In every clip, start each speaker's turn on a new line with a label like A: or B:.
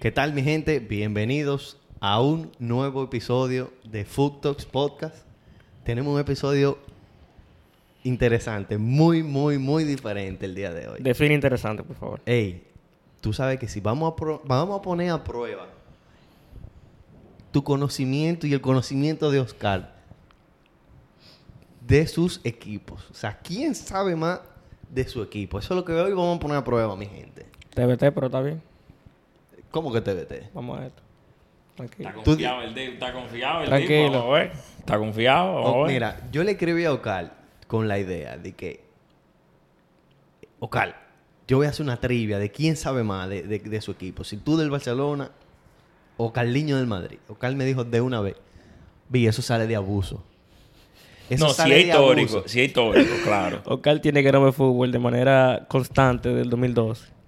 A: ¿Qué tal, mi gente? Bienvenidos a un nuevo episodio de Food Talks Podcast. Tenemos un episodio interesante, muy, muy, muy diferente el día de hoy.
B: Define interesante, por favor.
A: Ey, tú sabes que si vamos a, pro- vamos a poner a prueba tu conocimiento y el conocimiento de Oscar de sus equipos. O sea, ¿quién sabe más de su equipo? Eso es lo que hoy vamos a poner a prueba, mi gente.
B: TBT, pero está bien.
A: ¿Cómo que TBT?
B: Vamos a esto. Tranquilo.
C: Está confiado el tipo, está confiado el
B: Tranquilo.
C: tipo. vamos a ver. Está confiado, vamos a
A: O-
C: ver.
A: Oh, mira, yo le escribí a Ocal con la idea de que. Ocal, yo voy a hacer una trivia de quién sabe más de, de- de su equipo. Si tú del Barcelona o Carliño del Madrid. Ocal me dijo de una vez: Vi, eso sale de abuso. Eso
C: no, si
A: sale
C: es
A: de abuso.
C: histórico, si es histórico, claro.
B: Oscar tiene que no ver fútbol de manera constante del 2012.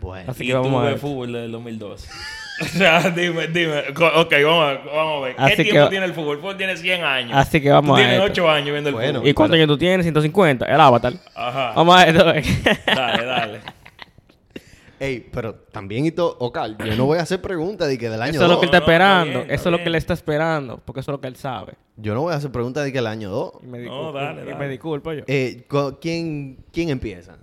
A: Bueno,
B: Así
C: y
B: que
C: tú
B: vamos a
C: ves
B: ver.
C: fútbol del 2012. o sea, dime, dime. Co- Ok, vamos a, vamos a ver.
B: Así
C: ¿Qué
B: que-
C: tiempo tiene el fútbol? El fútbol tiene 100 años.
B: Así que vamos
C: Tú
B: a
C: tienes
B: esto.
C: 8 años viendo el
A: Bueno.
C: fútbol.
B: ¿Y cuántos años tú tienes? 150. El avatar.
C: Ajá.
B: Vamos a esto.
C: Dale, dale.
A: ey, pero también y todo. Ocal, yo no voy a hacer preguntas de que del año
B: Eso es lo
A: dos.
B: que él está
C: No, no, está
B: esperando.
C: bien, está
B: Eso es lo que
C: bien.
B: él está esperando. Porque eso es lo que él sabe.
A: Yo no voy a hacer preguntas de que el año 2.
B: Y me
C: No,
B: disculpo,
C: dale,
B: y
C: dale. Eh,
B: me disculpo yo.
A: ¿quién, ¿Quién empieza?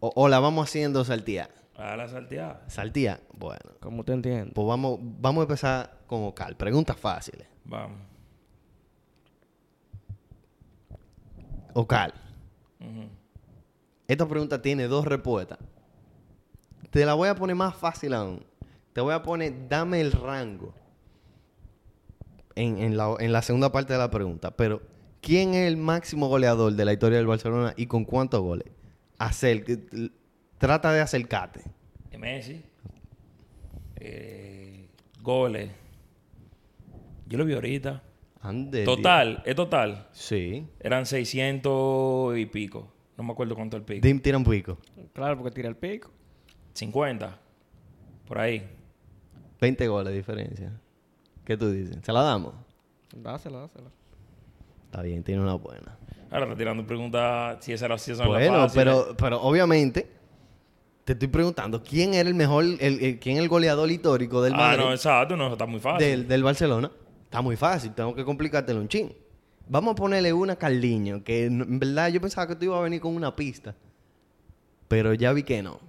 A: O, o la vamos haciendo saltía.
C: A la salteada.
A: Saltía, bueno.
B: Como te entiendes.
A: Pues vamos, vamos a empezar con Ocal. Preguntas fáciles.
C: Vamos.
A: Ocal. Esta pregunta tiene dos respuestas. Te la voy a poner más fácil aún. Te voy a poner, dame el rango. En, en la, en la segunda parte de la pregunta. Pero, ¿quién es el máximo goleador de la historia del Barcelona y con cuántos goles? Acer- trata de acercarte.
C: Eh, Messi. Eh, goles. Yo lo vi ahorita.
A: Ande,
C: Total, es total.
A: di- Sí.
C: Eran 600 y pico. No me acuerdo cuánto el pico.
A: Dim tira un pico.
B: Claro, porque tira el pico.
C: 50. Por ahí.
A: 20 goles de diferencia. ¿Qué tú dices? ¿Se la damos?
B: Dásela, dásela.
A: Está bien, tiene una buena.
C: Ahora está tirando preguntas si esa era si esa no era
A: Bueno,
C: fácil. eh.
A: pero, pero obviamente te estoy preguntando quién era el mejor, el, el- quién el goleador histórico del
C: Ah,
A: Madrid,
C: no, exacto, no, está muy fácil.
A: del, del Barcelona. Está muy fácil, tengo que complicártelo un chin. Vamos a ponerle una a Carliño, que en en verdad yo pensaba que tú ibas a venir con una pista, pero ya vi que no.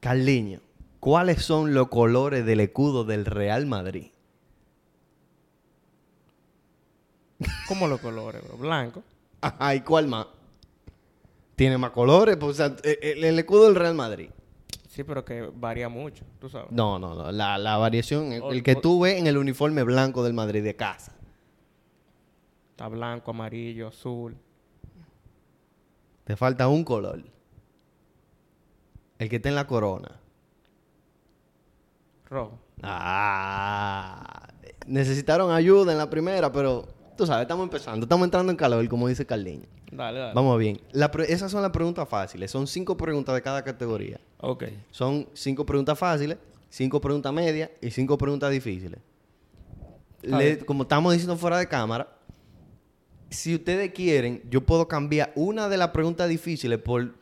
A: Carliño, ¿cuáles son los colores del escudo del Real Madrid?
B: Como los colores, bro. Blanco.
A: Ajá, ¿y cuál más? Tiene más colores, pues, o sea, el- el escudo del Real Madrid.
B: Sí, pero que varía mucho. Tú sabes.
A: No, no, no. La, la variación, el,
B: O-
A: el que
B: o-
A: tú ves en el uniforme blanco del Madrid de casa.
B: Está blanco, amarillo, azul.
A: Te falta un color. El que está en la corona.
B: Rojo.
A: Ah. Necesitaron ayuda en la primera, pero tú sabes, estamos empezando, estamos entrando en calor, como dice Carliño.
B: Dale, dale.
A: Vamos bien. La pre- esas son las preguntas fáciles. Son cinco preguntas de cada categoría.
C: Ok.
A: Son cinco preguntas fáciles, cinco preguntas medias y cinco preguntas difíciles.
B: Está
A: Le-
B: bien.
A: como estamos diciendo fuera de cámara, si ustedes quieren, yo puedo cambiar una de las preguntas difíciles por,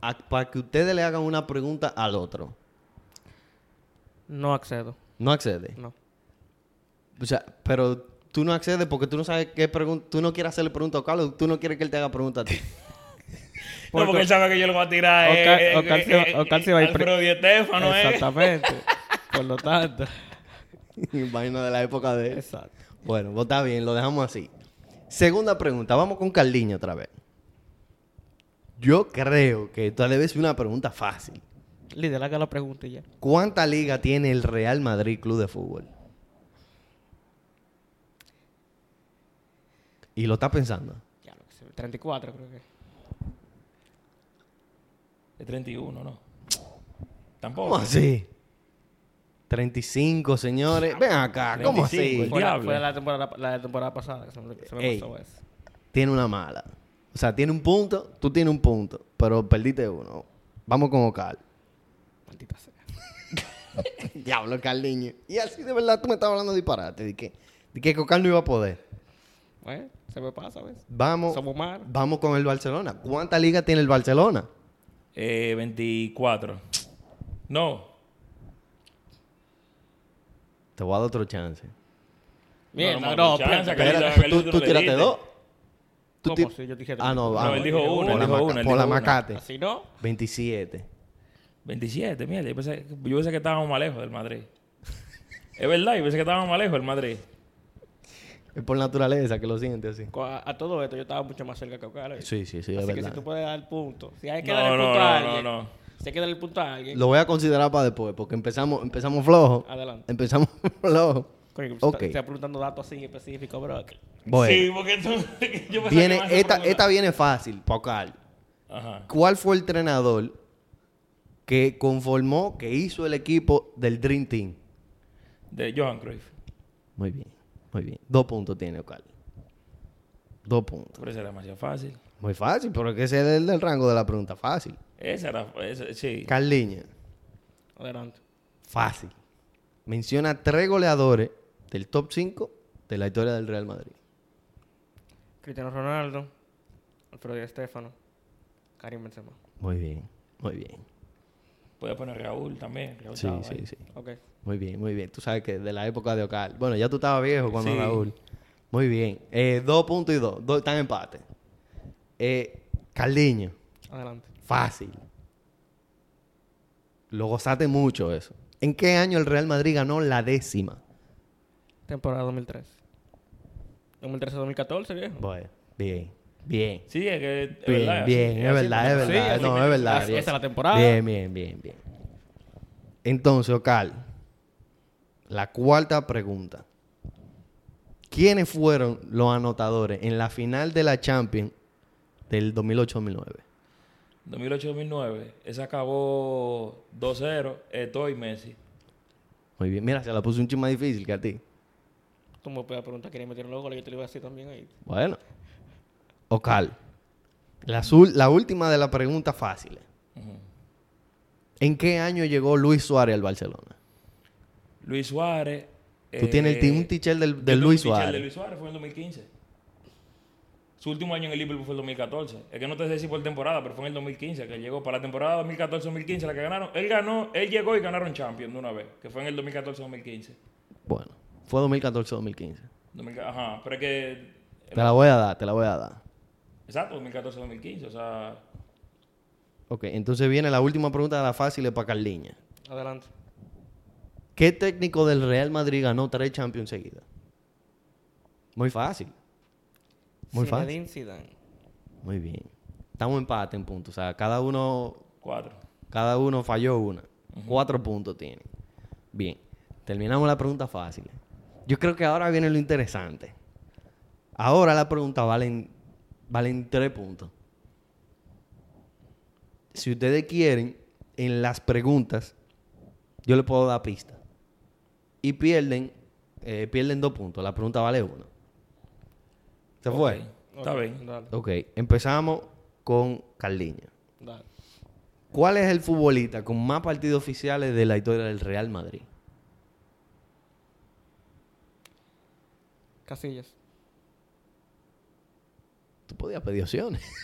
A: a- para que ustedes le hagan una pregunta al otro.
B: No accedo.
A: No accede.
B: No.
A: O sea, pero tú no accedes porque tú no sabes qué pregunta, tú no quieres hacerle pregunta a Carlos, tú no quieres que él te haga pregunta a ti.
C: No, porque él sabe que yo lo voy a tirar.
B: Ocar-
C: eh, eh,
B: Ocar se va-
C: eh,
B: Ocar se va a ir pre-
C: Alfredo Di Stéfano, eh.
B: Exactamente. Por lo tanto.
A: Vaina de la época de él.
B: Exacto.
A: Bueno, pues está bien, lo dejamos así. Segunda pregunta, vamos con Carliño otra vez. Yo creo que esta debe ser una pregunta fácil.
B: Líder, haga la pregunta y ya.
A: ¿Cuánta liga tiene el Real Madrid Club de Fútbol? Y lo está pensando.
B: Ya lo que se ve. 34 creo que.
C: Es 31, ¿no? Tampoco.
A: ¿Cómo así? 35, señores. Ven acá, ¿cómo
C: 35,
A: así?
C: El
B: Fue, la,
C: diablo.
B: fue la temporada, la de temporada pasada que se me, se me
A: Ey.
B: pasó pues. eso.
A: Tiene una mala. O sea, tiene un punto, tú tienes un punto, pero perdiste uno. Vamos con Ocal.
B: Maldita sea.
A: Diablo, Carliño. Y así de verdad tú me estás hablando disparate. De que, de que Cocal no iba a poder.
B: Bueno, Pues, se me pasa, ¿ves?
A: Vamos,
B: Somos malos.
A: vamos con el Barcelona. ¿Cuánta liga tiene el Barcelona?
C: Eh, 24. No.
A: Te voy a dar otro chance.
B: Mierda, no,
C: no, no, chance,
B: espérate.
C: Pero
A: Espérate,
C: el
A: tú,
C: otro
A: tú
C: le
A: tiraste
C: diste.
A: dos. Tú
B: ¿Cómo?
A: ti-
B: Sí, yo te dije
A: Ah, no,
B: dos.
A: ah,
C: No, él dijo
A: por
C: una, él
A: la
C: dijo
A: maca-
C: una, él
A: Por la
C: dijo una.
A: macate.
B: Así no.
A: 27.
C: 27, mierda. Yo pensé, yo pensé que estábamos más lejos del Madrid. es verdad, yo pensé que estábamos más lejos del Madrid.
A: Es por naturaleza que lo siente así.
B: Co- A, a todo esto yo estaba mucho más cerca que Ocala.
A: Sí, sí, sí, es
B: Así que
A: verdad.
B: si tú puedes dar punto. Si hay que
C: No,
B: dar el
C: no,
B: punto
C: no,
B: a
C: no,
B: alguien.
C: no.
B: Si hay que dar el punto a alguien.
A: Lo voy a considerar para después, porque empezamos, empezamos flojo.
C: Ah.
B: Adelante.
A: Empezamos flojo.
B: Coño,
A: Ok.
B: Se está preguntando datos así específicos, bro.
A: Bueno,
C: Sí, porque tú, yo pensé que
A: viene,
C: ibas a hacer
A: esta,
C: preguntas.
A: esta viene fácil, Pocal.
C: Ajá.
A: ¿Cuál fue el entrenador que conformó, que hizo el equipo del Dream Team?
C: De Johan Cruyff.
A: Muy bien, muy bien. Dos puntos tiene Ocal. Dos puntos.
C: Pero esa era demasiado fácil.
A: Muy fácil, pero es que ese es el del rango de la pregunta. Fácil.
C: Esa era, esa- sí.
A: Carliña,
B: Adelante.
A: fácil. Menciona tres goleadores del top 5 de la historia del Real Madrid.
B: Cristiano Ronaldo, Alfredo Di Estefano, Karim Benzema.
A: Muy bien, muy bien.
C: Puedes poner Raúl también. Raúl
A: Sí,
C: estaba
A: sí,
C: ahí.
A: sí.
B: Ok.
A: Muy bien, muy bien. Tú sabes que de la época de Ocal. Bueno, ya tú estabas viejo cuando
C: Sí.
A: Raúl. Muy bien. Eh, dos puntos y dos. Dos- están empate. Eh, Carliño,
B: Adelante.
A: fácil. Lo gozaste mucho eso. ¿En qué año el Real Madrid ganó la décima?
B: Temporada 2003. 2013-2014, viejo.
A: Bueno, bien, bien.
C: Sí, es que es
A: Bien,
C: verdad.
A: bien,
C: así-
A: es
C: así
A: verdad, es
C: mismo. Sí,
A: verdad.
C: así
A: no,
C: mismo.
A: es verdad.
B: Así-
A: bien.
B: esa es la temporada.
A: Bien, bien, bien, bien. Entonces, Ocal, la cuarta pregunta. ¿Quiénes fueron los anotadores en la final de la Champions del 2008-2009?
C: 2008-2009, esa acabó 2-0, Eto'o y Messi.
A: Muy bien, mira, se la puse un chin más difícil que a ti.
B: Tú me puedes preguntar quiénes metieron los goles. Yo te lo iba a decir también ahí.
A: Bueno. Ocal, la, azul- la última de las preguntas fáciles. ¿En qué año llegó Luis Suárez al Barcelona?
C: Luis Suárez.
A: Tú tienes el, ti- un teacher
C: tichel
A: del, de Luis Suárez.
C: de Luis Suárez fue en el 2015. Su último año en el Liverpool fue el 2014. Es que no te sé si por temporada, pero fue en el 2015 que llegó. Para la temporada 2014-2015, la que ganaron, él ganó, él llegó y ganaron Champions de una vez, que fue en el 2014-2015.
A: Bueno, fue 2014-2015.
C: 2000 Ajá, pero es que.
A: Te la voy a dar, te la voy a dar.
C: Exacto, 2014-2015, o sea.
A: Ok, entonces viene la última pregunta de la fácil es para Carliña.
B: Adelante.
A: ¿Qué técnico del Real Madrid ganó tres Champions seguidas? Muy fácil. Muy fácil.
B: Zinedine Zidane.
A: Muy bien. Estamos empate en puntos. O sea, cada uno,
C: Cuatro.
A: cada uno falló una. Cuatro puntos tiene. Bien. Terminamos la pregunta fácil. Yo creo que ahora viene lo interesante. Ahora la pregunta valen, valen tres puntos. Si ustedes quieren, en las preguntas, yo le puedo dar pista. Y pierden, eh, pierden dos puntos. La pregunta vale uno. ¿Se fue?
C: Ok, Está
B: Ok,
C: bien.
B: Dale.
A: Ok, empezamos con Carliño.
B: Dale.
A: ¿Cuál es el futbolista con más partidos oficiales de la historia del Real Madrid?
B: Casillas.
A: Tú podías pedir opciones.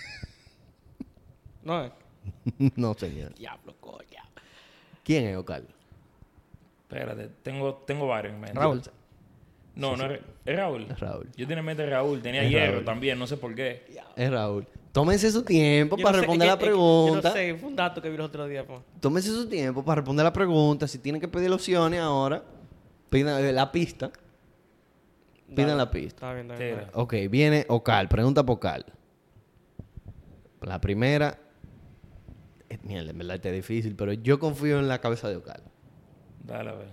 B: No es.
A: no, señor.
B: Diablo, coño.
A: ¿Quién es Ocal?
C: Espérate, tengo, tengo varios en mente.
B: Raúl.
C: No, no es, es Raúl.
A: Es Raúl.
C: Yo tenía en mente Raúl, tenía
A: Es
C: hierro
A: Raúl.
C: también, no sé por qué.
A: Es Raúl. Tómense su tiempo
B: Yo
A: Pues para
B: no sé,
A: responder
B: es
A: la
B: que- es que-
A: pregunta.
B: Yo no sé, fue un dato que vi los otros días. pues. po.
A: Tómense su tiempo para responder la pregunta. Si tienen que pedir opciones ahora, pidan eh, la pista. Pidan
B: Dale.
A: la pista.
B: Está bien, está bien.
C: Tira.
B: está bien.
A: Ok, viene Ocal. Pregunta por Ocal. La primera. eh, Mierda, en verdad está difícil, pero yo confío en la cabeza de Ocal.
C: Dale, a ver.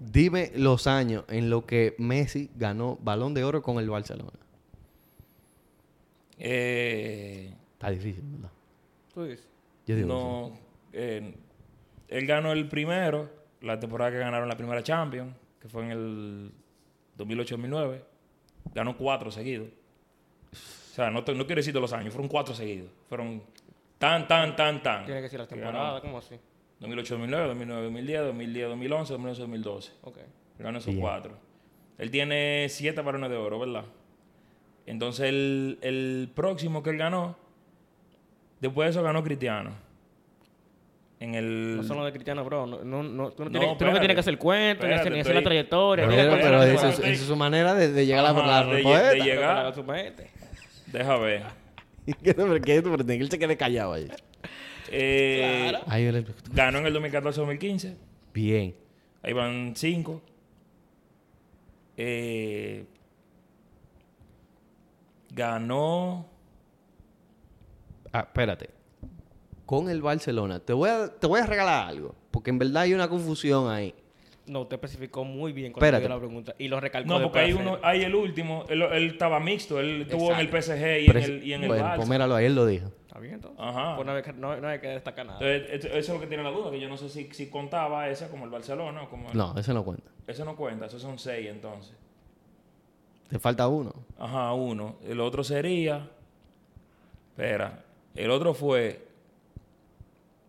A: Dime los años en los que Messi ganó Balón de Oro con el Barcelona.
C: Eh,
A: Está difícil, ¿verdad?
B: Tú dices.
A: Yo digo que sí.
C: no, eh, él ganó el primero, la temporada que ganaron la primera Champions, que fue en el 2008-2009. Ganó cuatro seguidos. O sea, no, te- no quiero decirte los años, fueron cuatro seguidos. Fueron tan, tan, tan, tan.
B: Tiene que ser la
C: Que ganó
B: temporada, ¿cómo así?
C: 2008-2009, 2009-2010, 2010-2011, 2011-2012.
B: Ok.
C: Ganó esos cuatro. Él tiene siete balones de oro, ¿verdad? Entonces, el, el próximo que él ganó, después de eso ganó Cristiano. en el...
B: No son los de Cristiano, bro. No, no, no, tú no,
C: No,
B: tienes, tú no me
C: espérate.
B: tienes que hacer cuento, ni hacer,
C: Espérate,
B: ni hacer la
C: estoy-
B: trayectoria.
C: Pero-
B: ni hacer
A: Pero,
B: la
A: pero
B: cuenta,
A: esa es,
B: bro.
A: esa es su manera de, de llegar a
C: Ajá,
A: la
C: de lle-
A: respuesta.
C: de llegar-
B: Para su mente.
C: Deja ver.
A: ¿Qué te- pero qué te- pero él se quede callado ahí.
C: Eh,
A: Ahí yo le-
C: Ganó en el 2014-2015.
A: Bien.
C: Ahí van cinco. Eh, ganó.
A: Ah, espérate. Con el Barcelona. Te voy, a, te voy a regalar algo. Porque en verdad hay una confusión ahí.
B: No, usted especificó muy bien cuando
A: Espérate.
B: dio la pregunta. Y lo recalcó.
C: No, porque
B: después
C: hay
B: de hacer.
C: uno, hay el último. Él, él estaba mixto. Él estuvo en el PSG y
A: Pero
C: en
A: es-
C: el, y en el
A: bueno,
C: Barça.
A: pues míralo ahí, él lo dijo.
B: Está bien, entonces.
C: Ajá.
B: Pues no hay, que- no, no hay que destacar nada.
C: Ah. Entonces, esto- eso es lo que tiene la duda, que yo no sé si, si contaba esa como el Barcelona o como...
A: No, eso no cuenta.
C: Eso no cuenta, esos son seis entonces.
A: Te falta uno.
C: Ajá, uno. El otro sería... Espera. El otro fue...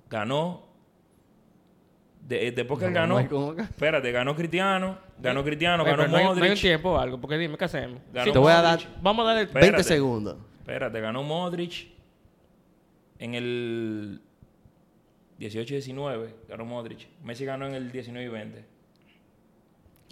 C: Ganó... De, eh, después que él ganó...
A: no hay como acá.
C: Espérate, ganó Cristiano, ganó Cristiano,
B: Oye, pero
C: ganó
B: no, hay, no hay un
C: Modric.
B: tiempo o algo, porque dime, ¿qué hacemos?
C: Ganó
B: Sí,
A: Te voy a dar
C: Modric.
B: Vamos a darle...
C: Espérate.
A: 20 segundos.
C: Espérate, ganó Modric en el 18-19, ganó Modric. Messi ganó en el 19 y 20.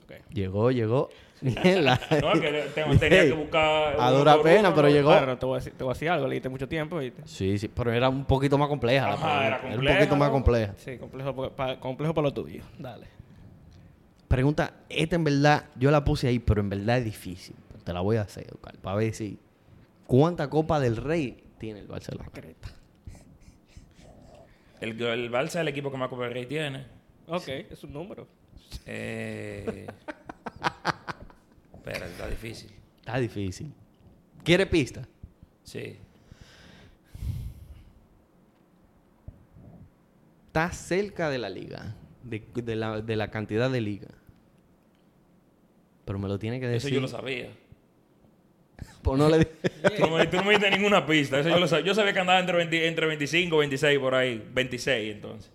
B: Ok.
A: Llegó, llegó. Mierda.
C: No, es que tengo- tenía
A: Ey,
C: que buscar...
A: a
C: uno
A: dura
C: por
A: pena,
C: uno,
A: pero
C: ¿no?
A: llegó.
B: Claro, te voy a decir, te voy a decir algo, le diste mucho tiempo, ¿viste?
A: Sí, sí, pero era un poquito más compleja. la
C: Ajá,
A: pregunta.
C: era
A: un
C: compleja,
A: poquito más
C: ¿no?
A: compleja.
B: Sí, complejo, porque- pa- complejo para lo tuyo. Dale.
A: Pregunta, esta en verdad, yo la puse ahí, pero en verdad es difícil. Te la voy a hacer, Oscar, para ver si. ¿Cuánta Copa del Rey tiene el Barcelona?
B: Creta.
C: El, el Barça es el equipo que más Copa del Rey tiene.
B: Ok, es un número.
C: Eh... Espera, está difícil.
A: Está difícil. ¿Quiere pista?
C: Sí.
A: Está cerca de la liga, de, de la, de la cantidad de liga. Pero me lo tiene que
C: Eso
A: decir.
C: yo lo sabía.
A: Pues no le di-
C: Tú no, me, tú no me diste ninguna pista. Eso yo lo sabía. Yo sabía que andaba entre, 20 entre 25, 26 por ahí. 26 entonces.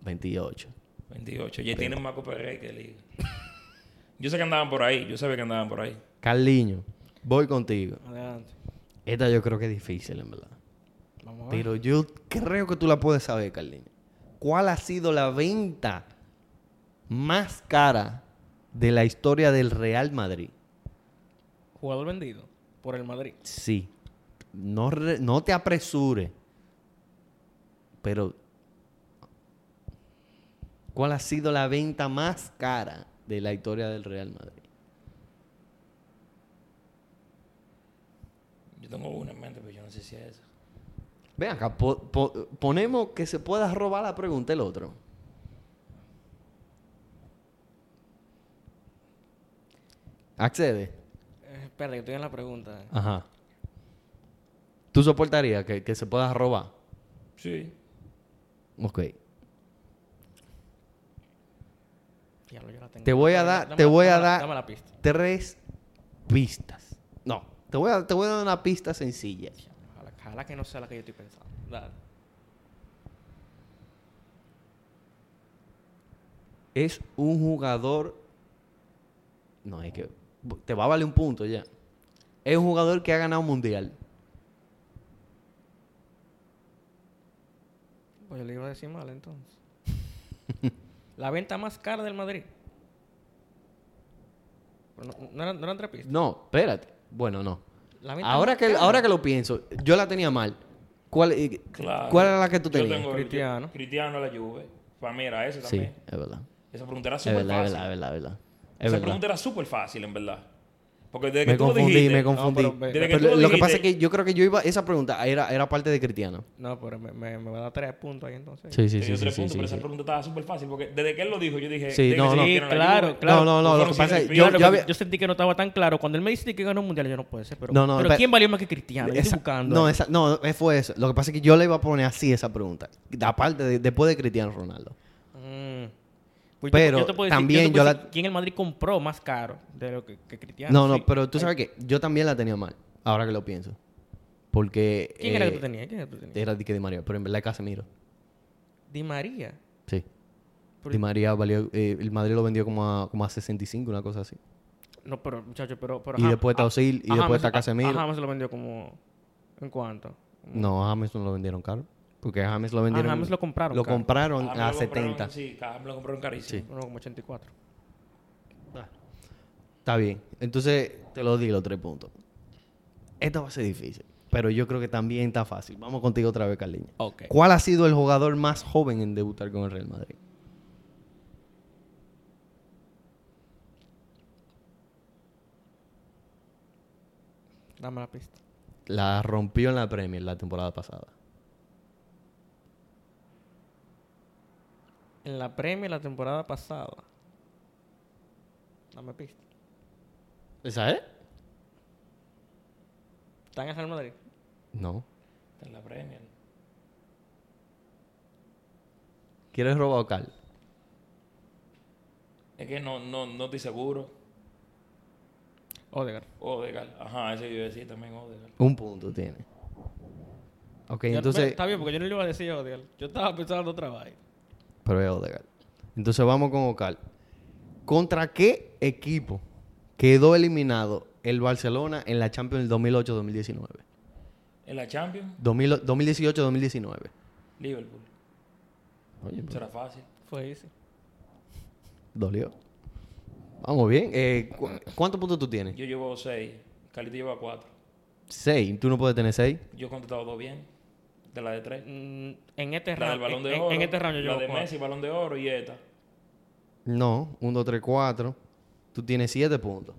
A: 28.
C: 28. Ya tienen más Copa del Rey que Liga. Yo sé que andaban por ahí. Yo sabía que andaban por ahí.
A: Carliño, voy contigo.
B: Adelante.
A: Esta yo creo que es difícil, en verdad.
B: Vamos a ver.
A: Pero yo creo que tú la puedes saber, Carliño. ¿Cuál ha sido la venta más cara de la historia del Real Madrid?
B: Jugador vendido por el Madrid.
A: Sí. No, re- no te apresures. Pero, ¿cuál ha sido la venta más cara de la historia del Real Madrid?
C: Yo tengo una en mente, pero yo no sé si es esa.
A: Ven acá, po- po- ponemos que se pueda robar la pregunta el otro. Accede.
B: Eh, espera, que estoy en la pregunta. eh.
A: Ajá. ¿Tú soportarías que, que se pueda robar?
C: Sí.
A: Ok.
B: Diablo, yo la tengo.
A: Te voy a
B: Dame-
A: dar-
B: dame
A: te
B: la-
A: voy a
B: dame la-
A: dar-
B: Dame la pista.
A: Tres pistas. No, te voy a, te voy a dar una pista sencilla.
B: Diablo, Ojalá, ojalá que no sea la que yo estoy pensando. Dale.
A: Es un jugador... No, es que... Te va a valer un punto ya. Es un jugador que ha ganado un mundial.
B: Pues yo le iba a decir mal entonces. la venta más cara del Madrid. Pero no, no eran, no eran tres pistas.
A: No, espérate. Bueno, no.
B: La venta
A: Ahora
B: más
A: que,
B: cara.
A: ahora que lo pienso, yo la tenía mal. ¿Cuál, eh,
C: Claro.
A: ¿cuál era la que tú
C: Yo
A: tenías?
C: tengo-
B: Cristiano.
C: Cristiano a la Juve. Para mí era esa
A: Sí,
C: también.
A: es verdad.
C: Esa pregunta era
A: Es
C: súper
A: verdad, es
C: fácil.
A: verdad, es verdad, es verdad. Es
C: Esa
A: verdad.
C: pregunta era súper fácil, en verdad. Porque desde que
A: Me
C: tú lo
A: confundí,
C: dijiste...
A: me confundí.
B: pero ve-
A: Pero
C: desde que tú
A: lo,
C: lo
A: que pasa es
C: dijiste-
A: que yo creo que yo iba, esa pregunta era, era parte de Cristiano.
B: No, pero me, me, me va a dar tres puntos ahí entonces.
A: Sí, sí,
C: te
A: sí.
C: dio
A: sí,
C: tres
A: sí,
C: puntos,
A: sí,
C: pero
A: sí.
C: esa pregunta estaba súper fácil. Porque desde que él lo dijo, yo dije...
A: Sí,
C: desde que
A: no,
C: se
A: no.
B: Sí,
C: metieron en la
B: claro,
C: Juve, Ah,
B: claro.
A: No, no, no, lo
C: fueron
A: que pasa es-
C: siete
A: yo-
B: Claro,
A: yo
B: porque
A: había-
B: yo sentí que no estaba tan claro. Cuando él me dice que ganó un mundial, yo no puede ser. Pero,
A: No, no,
B: pero
A: espera.
B: ¿quién valió más que Cristiano? Yo
A: Esa-
B: estoy buscando.
A: no, esa, no, eh, fue eso. Lo que pasa es que yo le iba a poner así esa pregunta. Aparte, de- después de Cristiano Ronaldo.
B: Mm. Pues yo-
A: Pero
B: yo te puedo decir-
A: también
B: te puedo
A: yo la-
B: decir ¿Quién el Madrid compró más caro de lo que, que Cristiano?
A: No,
B: Sí.
A: no, pero tú
B: Ay,
A: sabes que yo también la tenía mal, ahora que lo pienso. Porque...
B: ¿Quién era
A: eh,
B: que tú tenías? ¿Quién era que tú tenías?
A: Era Dique Di María, pero en verdad es Casemiro.
B: Di María.
A: Sí.
B: Pero-
A: Di María valió, eh, el Madrid lo vendió como a, como a 65, una cosa así.
B: No, pero, muchacho, pero... pero
A: Y
B: ajá,
A: después está
B: ah,
A: Ozil, y
B: a
A: después
B: James-
A: está
B: a-
A: Casemiro.
B: A James lo vendió como... ¿En cuánto?
A: No, a James no lo vendieron caro. Porque a James lo vendieron.
B: A James lo compraron
A: Lo
B: caro.
A: compraron
C: Ah, me
A: a
C: lo compraron-
A: 70.
C: Sí, ah, me lo compraron carísimo.
B: Bueno, como 84.
A: Está bien. Entonces, te lo digo, los tres puntos. Esto va a ser difícil. Pero yo creo que también está fácil. Vamos contigo otra vez, Carliña.
B: Ok.
A: ¿Cuál ha sido el jugador más joven en debutar con el Real Madrid?
B: Dame la pista.
A: La rompió en la Premier la temporada pasada.
B: En la Premier la temporada pasada. Dame pista.
A: ¿Esa es?
B: ¿Está en el Real Madrid?
A: No.
C: Está en la Premier.
A: ¿Quieres robar a Carl?
C: Es que no, no, no estoy seguro.
B: Odegaard.
C: Odegaal. Ajá, ese yo iba a decir también Odegaal.
A: Un punto tiene. Ok,
B: Ya,
A: entonces...
B: Está bien, porque yo no le iba a decir Odegaard. Yo estaba pensando otra vaina.
A: Pero es Odegaard. Entonces vamos con Ocal. ¿Contra qué equipo quedó eliminado el Barcelona en la Champions 2008-2019?
C: En la Champions,
A: 2000 2018-2019.
C: Liverpool.
A: Oye,
C: Será fácil.
B: Fue ese.
A: dolió. Vamos bien. Eh, cu- ¿Cuántos puntos tú tienes?
C: Yo llevo seis. Carlito lleva cuatro.
A: Seis. ¿Tú no puedes tener seis?
C: Yo he contestado dos bien. De la de tres.
B: Mm, en este
C: La del
B: round.
C: balón de
B: en,
C: oro.
B: en este round yo
C: La
B: llevo
C: de
B: cuatro.
C: Messi, balón de oro y esta.
A: No. Un, dos, tres, cuatro. Tú tienes siete puntos.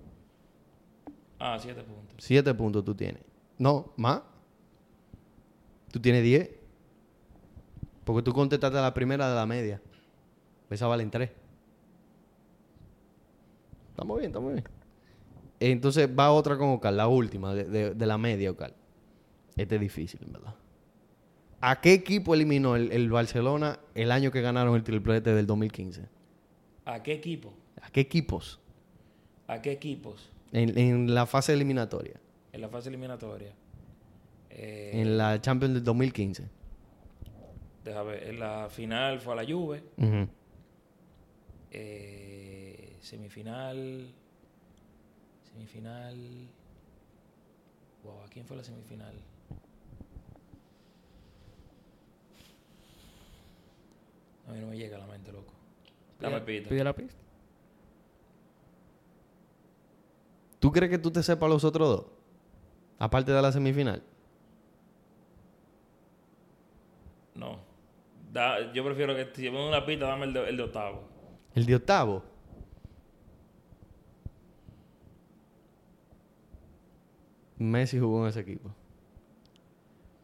C: Ah, siete puntos.
A: Siete puntos tú tienes. No, más. Tú tienes diez. Porque tú contestaste la primera de la media. Esa valen tres. Estamos bien, estamos bien. Entonces va otra con Ocal, la última de, de- de la media, Ocal. Este es difícil, en verdad. ¿A qué equipo eliminó el, el Barcelona el año que ganaron el triplete del 2015?
C: ¿A qué equipo?
A: ¿A qué equipos?
C: ¿A qué equipos?
A: En, en la fase eliminatoria.
C: En la fase eliminatoria. Eh,
A: En la Champions del 2015.
C: deja ver, En la final fue a la Juve.
A: Ujú.
C: Eh, semifinal. Semifinal. Wow, ¿a quién fue la semifinal? A mí no me llega a la mente, loco. Dame
B: Pide-
C: pita.
B: Pide la pista.
A: ¿Tú crees que tú te sepas los otros dos? Aparte de la semifinal.
C: No. Da- yo prefiero que si me dan una pista, dame el de, el de octavo.
A: El de octavo. Messi jugó en ese equipo.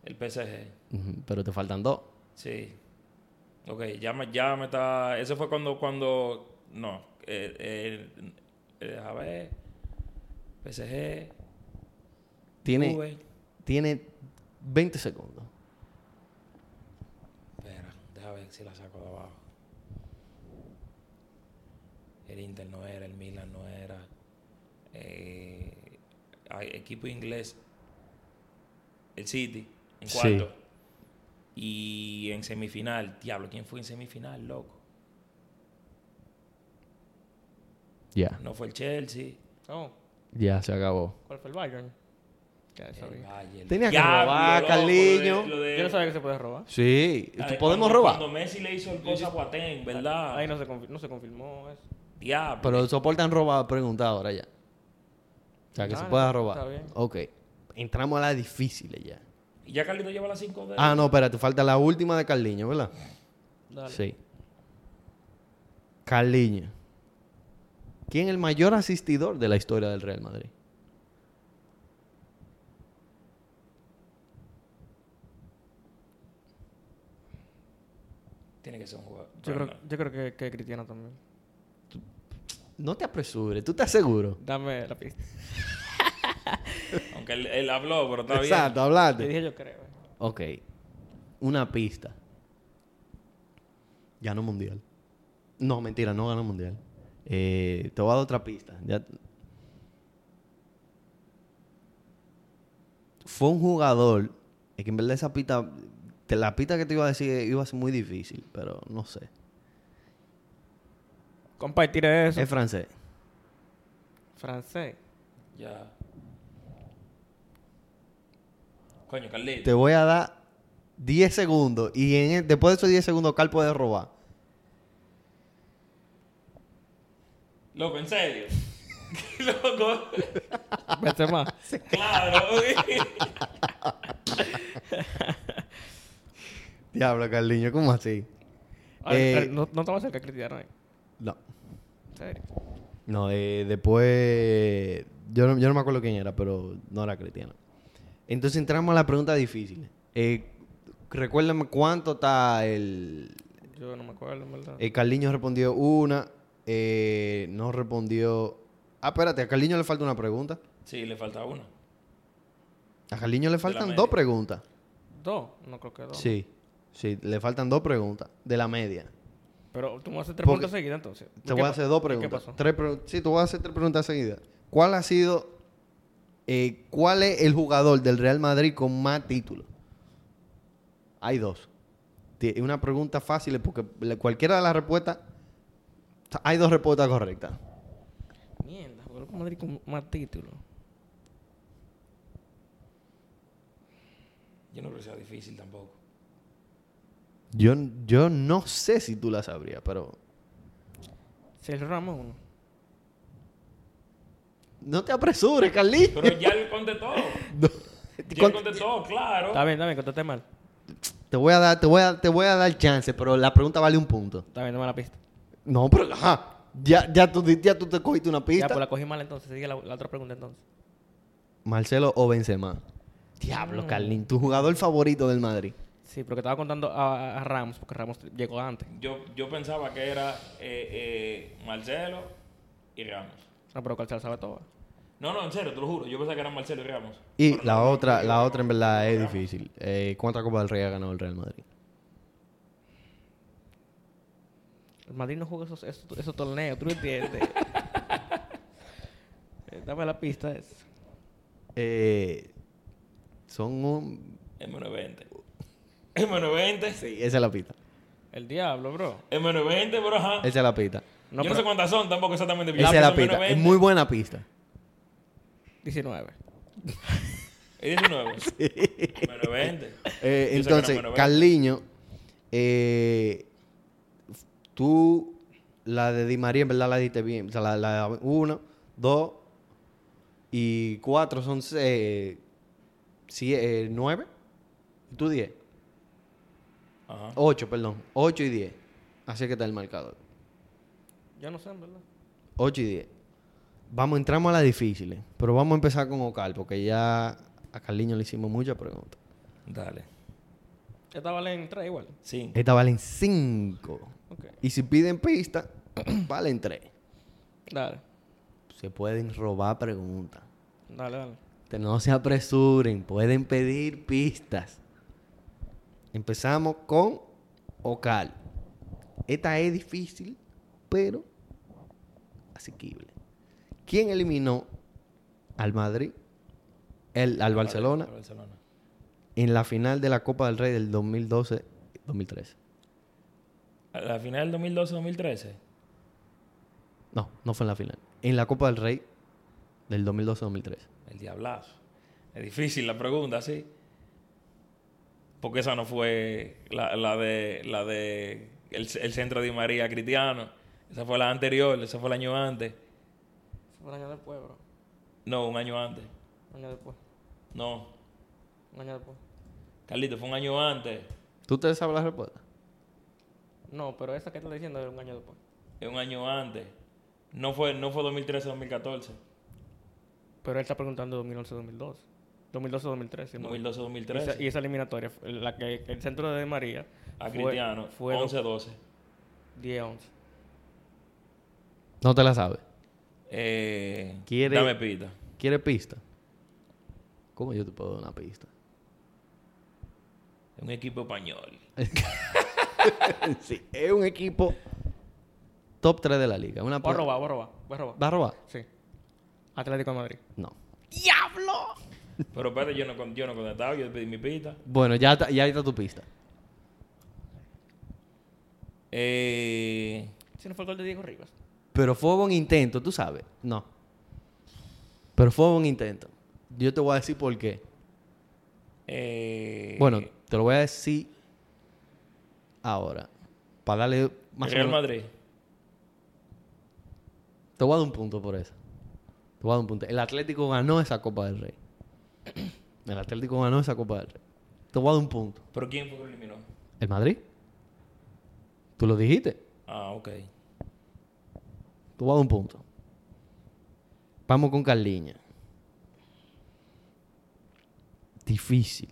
C: El PSG.
A: Ujú, Pero te faltan dos.
C: Sí. Ok, ya me, ya me está. Ese fue cuando. cuando no. Eh, eh, eh, a ver. PSG.
A: Tiene,
C: Juve.
A: tiene 20 segundos.
C: Espera, déjame ver si la saco de abajo. El Inter no era, el Milan no era. Eh, hay equipo inglés. El City, en
A: Sí.
C: cuarto. Y en semifinal, diablo, ¿quién fue en semifinal, loco?
A: Ya,
C: No fue el Chelsea,
B: No.
A: ya se acabó.
B: Oh, ¿Cuál fue el Bayern? Ya
C: el
B: sabía.
C: Bayern.
A: Tenía que
C: Diablo,
A: robar,
C: loco, lo
A: Carliño.
C: lo de-
B: Yo no sabía que se puede robar.
A: Sí,
C: la de
A: ¿tú podemos
C: cuando-
A: robar.
C: Cuando Messi le hizo el cosa a Boateng, ¿verdad?
B: Ahí no se, confi- no se confirmó eso.
C: Diablo.
A: Pero soportan robar pregunta ahora ya. O sea, que
B: Ah,
A: se pueda
B: está
A: robar.
B: bien.
A: Ok. Entramos a las difíciles ya.
C: Y ya Carlito lleva las 5 de
A: Ah, no, espérate, falta la última de Carliño, ¿verdad?
B: Dale.
A: Sí. Carliño. ¿Quién es el mayor asistidor de la historia del Real Madrid?
C: Tiene que ser un jugador.
B: Yo,
C: Bueno,
B: creo, yo creo que, que Cristiano también.
A: No te apresures, tú estás seguro.
B: Dame la pista.
C: Aunque él, él habló, pero está bien.
A: Exacto,
B: Yo
A: hablate.
B: dije yo creo. eh.
A: Ok. Una pista. Ganó mundial. No, mentira, no ganó mundial. Eh, te voy a dar otra pista. Ya- Fue un jugador. Es que en verdad esa pista. te- La pista que te iba a decir iba a ser muy difícil, pero no sé.
B: Compartir eso.
A: Es francés.
B: Francés.
C: Ya. Coño,
A: Te
C: Carlito.
A: voy a dar 10 segundos y en el- después de esos 10 segundos Cal puede robar.
C: Loco, en serio. Loco.
B: Vete más.
C: Claro.
A: Diablo, Carliño, ¿cómo así?
B: Ay,
A: Eh,
B: ay, no, no te vas a hacer que criticar nadie.
A: No.
B: En serio.
A: No, eh, después. Yo no, yo no me acuerdo quién era, pero no era cristiano. Entonces entramos a la pregunta difícil. Eh, recuérdame cuánto está el.
B: Yo no me acuerdo, en verdad.
A: eh, Carliño respondió una. eh, no respondió. Ah, espérate, a Carliño le falta una pregunta.
C: Sí, le falta una.
A: A Carliño le faltan
C: media.
A: dos preguntas.
B: Dos, no creo que dos.
A: Sí, sí, le faltan dos preguntas de la media.
B: Pero tú me haces tres
A: Porque-
B: preguntas seguidas entonces. ¿Y
A: Te
B: qué
A: voy a
B: pa-
A: hacer dos
B: y
A: preguntas.
B: ¿Qué pasó?
A: Tres pregun- sí, te voy a hacer tres preguntas seguidas. ¿Cuál ha sido, eh, cuál es el jugador del Real Madrid con más títulos? Hay dos. Ti- Es una pregunta fácil porque la- cualquiera de las respuestas, o sea, hay dos respuestas correctas.
B: Mierda, jugador con Madrid con más título.
C: Yo no creo que sea difícil tampoco.
A: Yo, yo no sé si tú la sabrías, pero
B: Sergio Ramos uno.
A: no te apresures, Carlitos.
C: Pero ya él contestó. Ya él contestó, claro.
B: Está bien, está bien, contesté mal.
A: Te voy a dar, te voy a, te voy a dar chance, pero la pregunta vale un punto.
B: Está bien, dame la pista.
A: No, pero ajá, ya, ya, tú, di- ya tú te cogiste una pista.
B: Ya, pues la cogí mal entonces. Sigue la, la otra pregunta entonces.
A: Marcelo o Benzema. Diablo, Carlin, tu jugador favorito del Madrid.
B: Sí, pero que estaba contando a, a- a Ramos, porque Ramos llegó antes.
C: Yo, yo pensaba que era eh, eh, Marcelo y Ramos.
B: No, pero Calzada sabe todo.
C: No, no, en serio, te lo juro. Yo pensaba que eran Marcelo y Ramos.
A: Y la otra, la otra en verdad es difícil. Eh, ¿Cuántas Copas del Rey ha ganado el Real Madrid?
B: El Madrid no juega esos, esos, esos torneos, tú lo entiendes. Eh, dame la pista. Es.
A: Eh, son un...
C: M90. M90. Sí.
A: Esa es la pista.
B: El diablo, bro.
C: M90, pero ajá.
A: Esa es la pista.
B: No,
C: yo
B: pero-
C: no sé cuántas son tampoco exactamente. pero
A: Esa es
C: ya
A: la
C: son
A: pista. Es
C: 90.
A: muy buena pista.
B: 19.
C: Es 19. M90.
A: Eh,
C: Yo sé que
A: entonces,
C: era M90.
A: Carliño, eh, tú la de Di María en verdad la diste bien. O sea, la, la uno, dos y cuatro son eh, si- eh, nueve. Y tú diez.
C: Ajá.
A: Ocho, perdón. Ocho y diez. Así que está el marcador.
B: Yo no sé, en verdad.
A: 8 y 10. Vamos, entramos a las difíciles. Pero vamos a empezar con Ocal, porque ya a Carliño le hicimos muchas preguntas.
C: Dale.
B: Esta vale en 3 igual.
C: 5.
A: Esta valen cinco.
B: Ok.
A: Y si piden pista, valen tres.
B: Dale.
A: Se pueden robar preguntas.
B: Dale, dale.
A: Te- No se apresuren, pueden pedir pistas. Empezamos con Ocal. Esta es difícil, pero asequible. ¿Quién eliminó al Madrid, el, al Barcelona,
C: Barcelona.
A: en la final de la Copa del Rey del 2012-2013?
C: A la final del 2012-2013.
A: No, no fue en la final. En la Copa del Rey del 2012-2013.
C: El diablazo. Es difícil la pregunta, sí. Porque esa no fue la, la de la de el, el centro de Di María Cristiano. Esa fue la anterior, esa fue el año antes.
B: Eso fue un año después, bro.
C: No, un año antes.
B: Un año después.
C: No.
B: Un año después.
C: Carlito, fue un año antes.
A: ¿Tú te sabes la respuesta?
B: No, pero esa que estás diciendo es un año después.
C: Es un año antes. No fue, no fue 2013-2014.
B: Pero él está preguntando 2011-2012. 2012-2013. ¿no? Y esa, y
C: 2012-2013.
B: esa eliminatoria, fue la que que el centro de María.
C: A
B: fue-
C: Cristiano.
B: Fue
C: 11-12.
B: 10-11.
A: No te la sabes.
C: Eh,
A: ¿Quiere-
C: Dame pita.
A: ¿Quieres pista? ¿Cómo yo te puedo dar una pista?
C: Un equipo español.
A: sí, es un equipo top 3 de la liga. Una
B: Voy a
A: pa-
B: robar, voy a robar. Voy a robar.
A: ¿Va a robar?
B: Sí. Atlético de Madrid.
A: No.
C: Pero espérate, yo no, con- yo no conectaba, yo pedí mi pita.
A: Bueno, ya, ta- ya ahí está tu pista.
C: Eh,
B: Si no fue el gol de Diego Rivas.
A: Pero fue un intento, tú sabes. No. Pero fue un intento. Yo te voy a decir por qué.
C: eh,
A: Bueno, Te lo voy a decir ahora. Para darle más o
C: Real
A: menos-
C: Madrid.
A: Te voy a dar un punto por eso. Te voy a dar un punto. El Atlético ganó esa Copa del Rey. El Atlético ganó esa Copa del Rey. Te voy a dar un punto.
C: ¿Pero quién fue que lo eliminó?
A: ¿El Madrid? Tú lo dijiste.
C: Ah, ok.
A: Te voy a dar un punto. Vamos con Carliña. Difícil.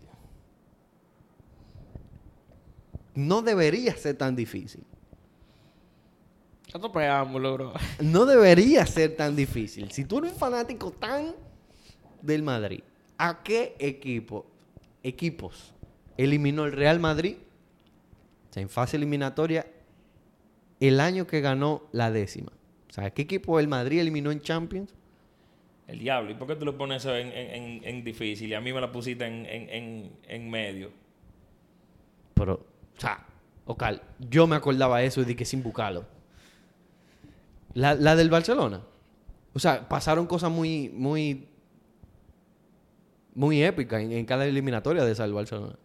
A: No debería ser tan difícil.
B: Tanto preámbulo, bro.
A: No debería ser tan difícil. Si tú eres un fanático tan del Madrid, ¿a qué equipo, equipos eliminó el Real Madrid? O sea, en fase eliminatoria, el año que ganó la décima. O sea, ¿qué equipo el Madrid eliminó en Champions?
C: El diablo. ¿Y por qué tú lo pones eso en, en- en- en difícil? Y a mí me la pusiste en, en- en- en medio.
A: Pero, o sea, Ocal, yo me acordaba eso y dije sin buscarlo. La, la del Barcelona. O sea, pasaron cosas muy, muy, muy épicas en, en cada eliminatoria de esa del Barcelona.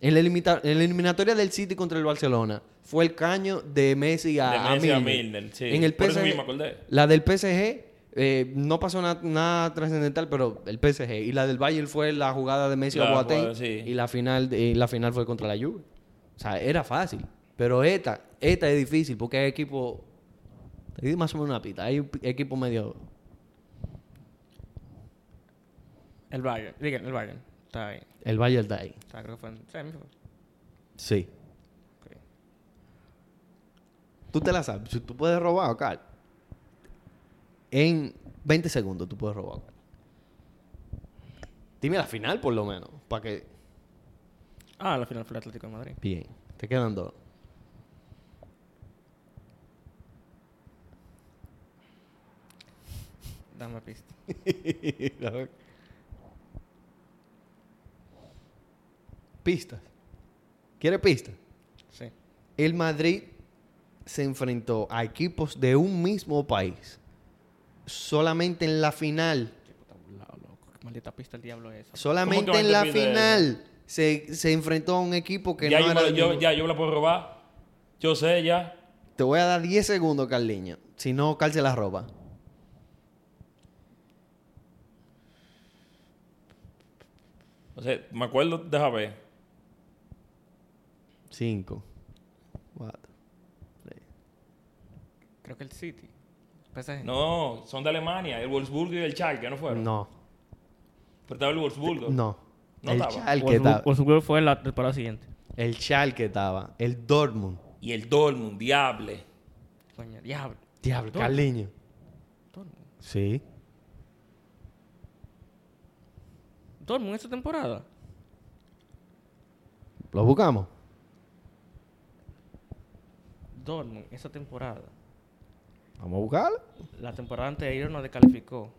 A: En la, elimita- en la eliminatoria del City contra el Barcelona fue el caño de Messi a,
C: De Messi a
A: Milner.
C: Milner, sí.
A: En el
C: Por eso
A: PSG,
C: mismo acordé.
A: La del PSG eh, no pasó na- nada trascendental, pero el PSG. Y la del Bayern fue la jugada de Messi a
C: La
A: Boateng.
C: jugada, sí.
A: Y la final, y la final fue contra la Juve. O sea, era fácil. Pero esta, esta es difícil porque hay equipo... Te di más o menos una pita. Hay un equipo medio...
B: El Bayern. Digan, el Bayern. Está ahí.
A: El Bayern está ahí.
B: Está, creo que fue en semi, fue.
A: Sí.
B: Ok.
A: Tú te la sabes. Si Tú puedes robar, Ocal. En 20 segundos tú puedes robar, Ocal. Dime la final, por lo menos. Para que...
B: Ah, la final fue el Atlético de Madrid.
A: Bien. Te quedan dos.
B: Dame pista.
A: Pistas. ¿Quiere pistas?
B: Sí.
A: El Madrid se enfrentó a equipos de un mismo país. Solamente en la final.
B: Qué puta burlado, loco. Qué maldita pista el diablo es esa.
A: Solamente
C: que
A: en la
C: Madrid de-
A: final. Se, se enfrentó a un equipo que
C: Ya
A: no
C: yo,
A: era.
C: me la-
A: del
C: yo-
A: mismo-
C: ya yo me la puedo robar. Yo sé ya.
A: Te voy a dar 10 segundos, Carliño. Si no, calce la ropa.
C: O sea, me acuerdo, déjame ver.
A: 5, 4,
B: Creo que el City. PSG.
C: No, son de Alemania. El Wolfsburgo y el Schalke, ¿no fueron?
A: No,
C: Pero estaba el Wolfsburgo.
A: no.
C: No
A: el
C: estaba.
A: Schalke estaba.
B: Wolfsburg- Wolfsburg fue la temporada siguiente.
A: El Schalke estaba. El Dortmund.
C: Y el Dortmund, diable.
B: Coño, diablo.
A: Diablo,
B: Dortmund.
A: Carliño.
B: Dortmund.
A: Sí.
B: Dortmund esta temporada.
A: ¿Lo buscamos?
B: Dortmund esa temporada.
A: Vamos a buscarlo.
B: La temporada anterior nos descalificó.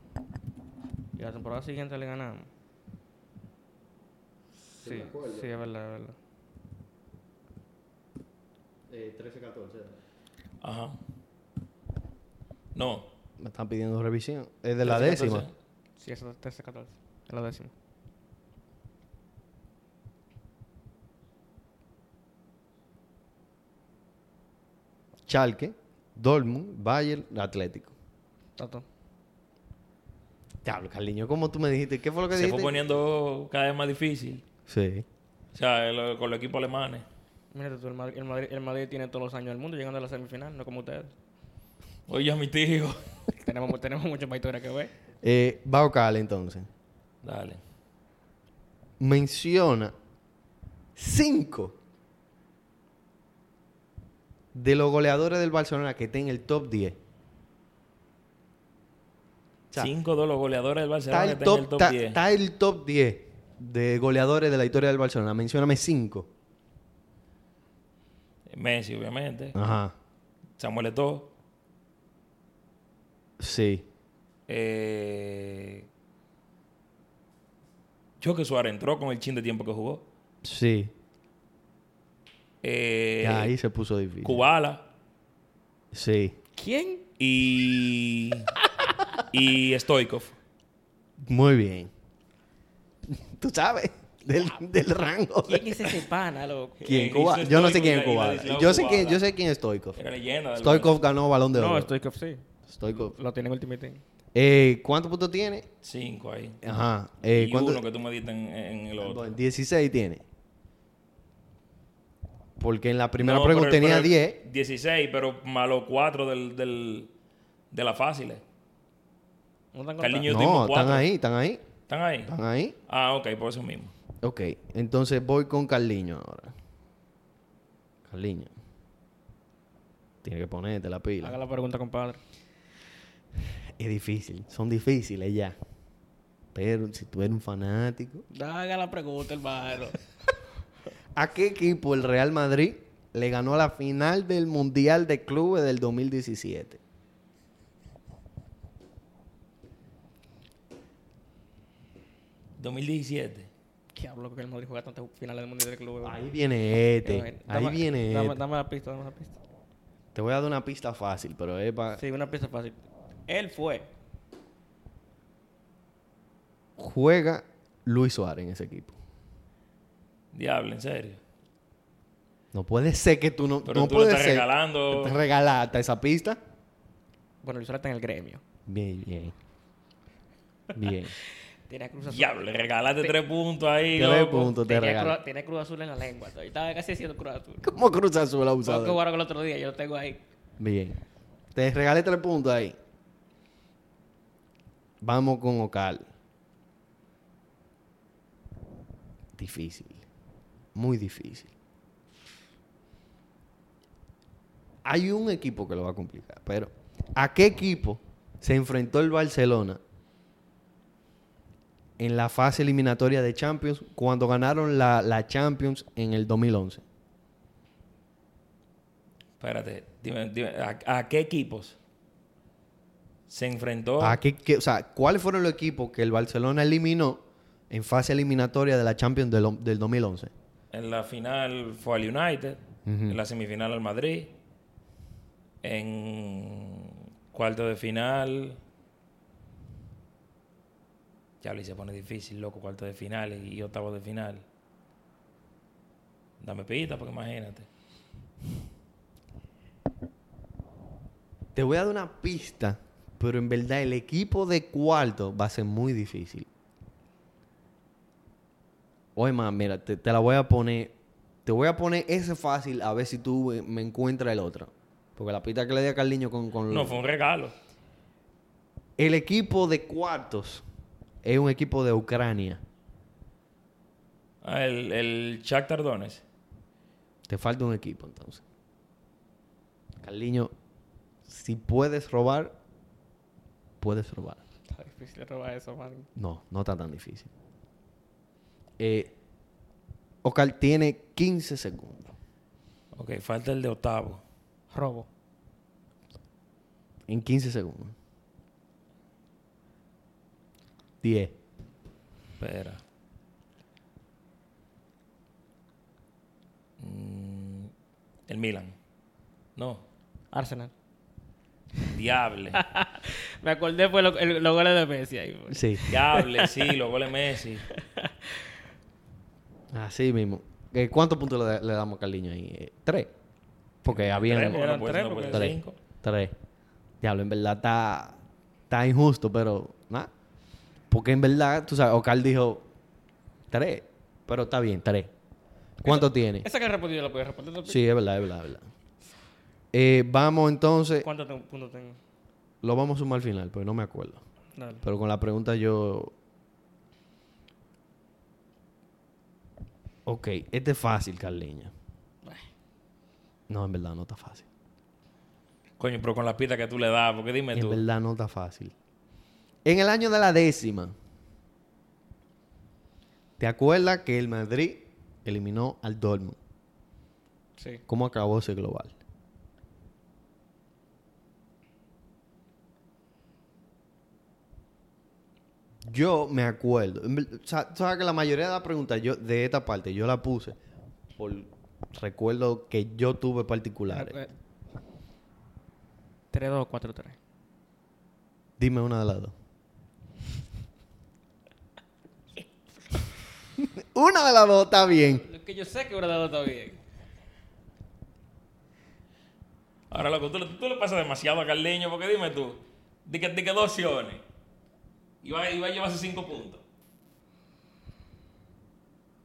B: Y la temporada siguiente le ganamos. Sí, sí, es verdad, es verdad.
A: 13-14.
C: Ajá. No.
A: Me están pidiendo revisión. Es de la
C: 13,
A: décima.
C: 14.
B: Sí, es 13-14. Es la décima.
A: Schalke, Dortmund, Bayern, Atlético.
B: Tato.
A: Diablo, Carliño, ¿cómo tú me dijiste? ¿Qué fue lo que
C: Se
A: dijiste?
C: fue poniendo cada vez más difícil.
A: Sí.
C: O sea, el- con los equipos alemanes.
B: Mírate tú, el Madrid, el, Madrid, el Madrid tiene todos los años del mundo llegando a la semifinal, no como ustedes.
C: Oye, a mi tío.
B: tenemos, mu- tenemos mucha más historia que ver.
A: Eh, va Ocal, entonces.
C: Dale.
A: menciona cinco de los goleadores del Barcelona que estén en el top 10. O sea,
C: Cinco de los goleadores del
A: Está
C: Barcelona que
A: el,
C: está
A: top,
C: en el top
A: está-
C: 10.
A: está el top 10 de goleadores de la historia del Barcelona. Mencióname cinco.
C: Messi, obviamente.
A: Ajá.
C: Samuel Eto'o.
A: Sí.
C: Eh... Choque Suárez entró con el chin de tiempo que jugó.
A: Sí.
C: Eh...
A: Ya, ahí se puso difícil.
C: Kubala.
A: Sí.
B: ¿Quién?
C: y y Stoikov.
A: Muy bien. Tú sabes. del, del rango.
B: ¿Quién es ese pana, loco?
A: ¿Quién?
C: Eh, hizo
A: Cuba- Yo no sé
C: Stoichkov
A: quién es
C: y la- y
A: Cubada.
C: Ladislao
A: Yo sé quién,
C: Kubala.
A: yo sé quién es Stoikov.
C: Era leyenda. del
A: Stoikov ganó balón de oro.
B: No, estoy que sí.
A: Stoichkov.
B: Lo tiene en Ultimate Team.
A: Eh, ¿Cuántos puntos tiene?
C: baloncesto. Cinco ahí.
A: Ajá. Eh,
C: y
A: ¿cuánto-
C: uno que tú me diste en, en el otro.
A: Bueno, 16 tiene. Porque en la primera
C: No,
A: pregunta
C: pero-
A: tenía
C: pero-
A: 10.
C: 16, pero malo 4 del, del, de las fáciles.
B: No tan
C: Carliño- yo tengo
A: No, están
C: cuatro.
A: ahí, están ahí,
C: ¿Están ahí?
A: están ahí.
C: Ah, ok, por eso mismo.
A: Ok, entonces voy con Carliño ahora. Carliño. Tiene que ponerte la pila.
B: Haga la pregunta, compadre.
A: Es difícil, son difíciles ya. Pero si tú eres un fanático.
B: Haga la pregunta, hermano.
A: ¿A qué equipo el Real Madrid le ganó la final del Mundial de Clubes del 2017?
C: ¿2017?
B: ¿Qué hablo que el Madrid juega tantas finales del Mundial del Club?
A: Ahí viene este. Ahí viene
B: Dame,
A: este.
B: dame la pista, dame la pista.
A: Te voy a dar una pista fácil, pero es para...
B: Sí, una pista fácil. Él fue.
A: Juega Luis Suárez en ese equipo.
C: Diablo, en serio.
A: No puede ser que tú no...
C: Pero
A: no
C: tú lo
A: puede
C: estás
A: ser.
C: regalando.
A: Te regalaste esa pista.
B: Bueno, Luis Suárez está en el gremio.
A: Bien, bien. Bien.
B: Tiene Cruz Azul.
C: Diablo, le regalaste 3 puntos ahí,
A: Tres
C: loco.
A: puntos te
B: Tenía
A: regalo.
B: Cruz, tenía Cruz Azul en la lengua. todavía. Estaba casi haciendo Cruz Azul.
A: ¿Cómo Cruz Azul ha
B: Fue que
A: usado?
B: jugaron el otro día, yo lo tengo ahí.
A: Bien. Te regalé tres puntos ahí. Vamos con Ocal. Difícil. Muy difícil. Hay un equipo que lo va a complicar, pero ¿a qué equipo se enfrentó el Barcelona en la fase eliminatoria de Champions cuando ganaron la, la Champions en el 2011?
C: Espérate, dime, dime, ¿a, a qué equipos se enfrentó?
A: ¿A qué- qué- o sea, ¿cuáles fueron los equipos que el Barcelona eliminó en fase eliminatoria de la Champions del, del 2011?
C: En la final fue al United, en la semifinal al Madrid, en cuarto de final. Ya lo se pone difícil, loco, cuarto de final y, y octavo de final. Dame pita, porque imagínate.
A: Te voy a dar una pista, pero en verdad el equipo de cuarto va a ser muy difícil. Oye, man, mira, te, te la voy a poner. Te voy a poner ese fácil a ver si tú eh, me encuentras el otro. Porque la pista que le di a Carliño con, con
C: No, fue un regalo.
A: El equipo de cuartos es un equipo de Ucrania.
C: Ah, El, el Shakhtar Donetsk.
A: Te falta un equipo entonces. Carliño, si puedes robar, puedes robar.
B: Está difícil robar eso, man.
A: No, no está tan difícil. Eh, Ocal tiene 15 segundos.
C: Ok, falta el de octavo.
B: Robo.
A: En 15 segundos. 10.
C: Espera. Mm, el Milan. No.
B: Arsenal.
C: Diable.
B: Me acordé fue lo- el- los goles de Messi ahí. pues.
A: Sí,
C: Diable, sí, los goles Messi.
A: así mismo. Eh, ¿Cuántos puntos le, da- le damos a Carliño ahí? Eh, ¿Tres? Porque había...
C: Tres, porque
B: Eran
C: no puede ser-
B: tres,
C: no puede
B: porque-
C: ser
A: Tres.
C: cinco.
A: Tres. Diablo, en verdad está, está injusto, pero nada. Porque en verdad, tú sabes, Ocal dijo tres, pero está bien, tres. ¿Cuánto tiene?
B: Esa que respondí yo la podía responder. también.
A: Sí, es verdad, es verdad, es verdad. Eh, vamos entonces,
B: pues, ¿Cuántos te- puntos tengo?
A: lo vamos a sumar al final, porque no me acuerdo.
B: Dale.
A: Pero con la pregunta yo... Ok, este es fácil, Carliña. No, en verdad no está fácil.
C: Coño, pero con la pita que tú le das, porque dime
A: En
C: tú.
A: verdad no está fácil. En el año de la décima, ¿te acuerdas que el Madrid eliminó al Dortmund?
B: Sí.
A: ¿Cómo acabó ese global? Yo me acuerdo. En ver- sa- Sabes que la mayoría de las preguntas yo, de esta parte yo la puse por recuerdo que yo tuve
B: Eh,
A: particulares.
B: 3-2, 4-3.
A: Dime una de las dos. Una de las dos está bien.
D: Lo que yo sé que Bradado está bien.
C: Ahora, loco, tú, le- tú le pasas demasiado a Carleño, porque dime tú, de que, de que dos opciones. Y va, y va a llevarse cinco puntos.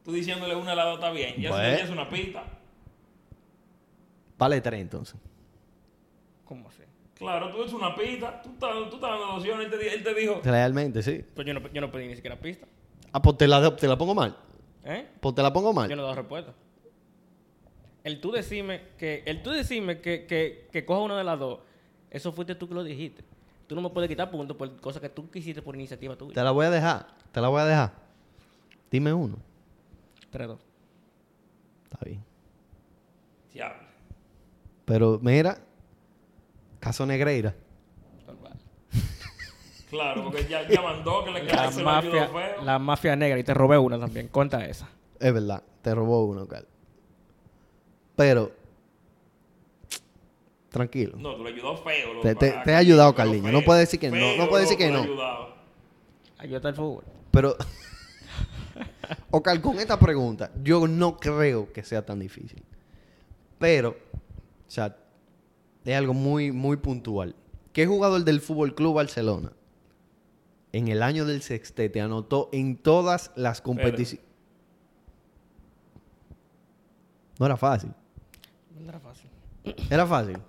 C: Tú diciéndole una a la dos está bien. Ya, se-
A: Bueno.
C: ya es una pista.
A: Vale tres entonces.
B: ¿Cómo así?
C: Claro, tú es una pista. Tú estás, tú estás dando opciones. Él te, di- él te dijo,
A: Realmente, sí.
B: Pero Pues yo no, yo no pedí ni siquiera pista.
A: Ah, pues te la, te la pongo mal.
B: ¿Eh?
A: Pues te la pongo mal.
B: Yo no he dado respuesta. El tú decime que, el tú decime que, que, que coja una de las dos, eso fuiste tú que lo dijiste. Tú no me puedes quitar puntos por cosas que tú quisiste por iniciativa
A: Te
B: tuya.
A: la voy a dejar. Te la voy a dejar. Dime uno.
B: 3-2.
A: Está bien.
C: diablo.
A: Pero mira, caso Negreira.
D: Normal.
C: Claro, porque ya, ya mandó que le
B: La
C: cae se lo ayudó
B: mafia,
C: feo.
B: la mafia negra. Y te robé una también. Cuenta esa.
A: Es verdad, te robó uno, Carl. Pero, tranquilo.
C: No, tú le ayudó feo. loco.
A: Te- te-
C: Ah,
A: te ha ayudado,
C: pero
A: Carliño.
C: feo,
A: No puedes decir que no,
C: feo,
A: no puedes decir que
C: loco,
A: no.
C: lo ha ayudado.
B: Ayúdate al fútbol.
A: Pero, Ocal, con esta pregunta, yo no creo que sea tan difícil. Pero, o sea, es algo muy, muy puntual. ¿Qué jugador del Fútbol Club Barcelona en el año del sextete anotó en todas las competiciones? No era fácil.
B: No era fácil.
A: Era fácil.
C: Yo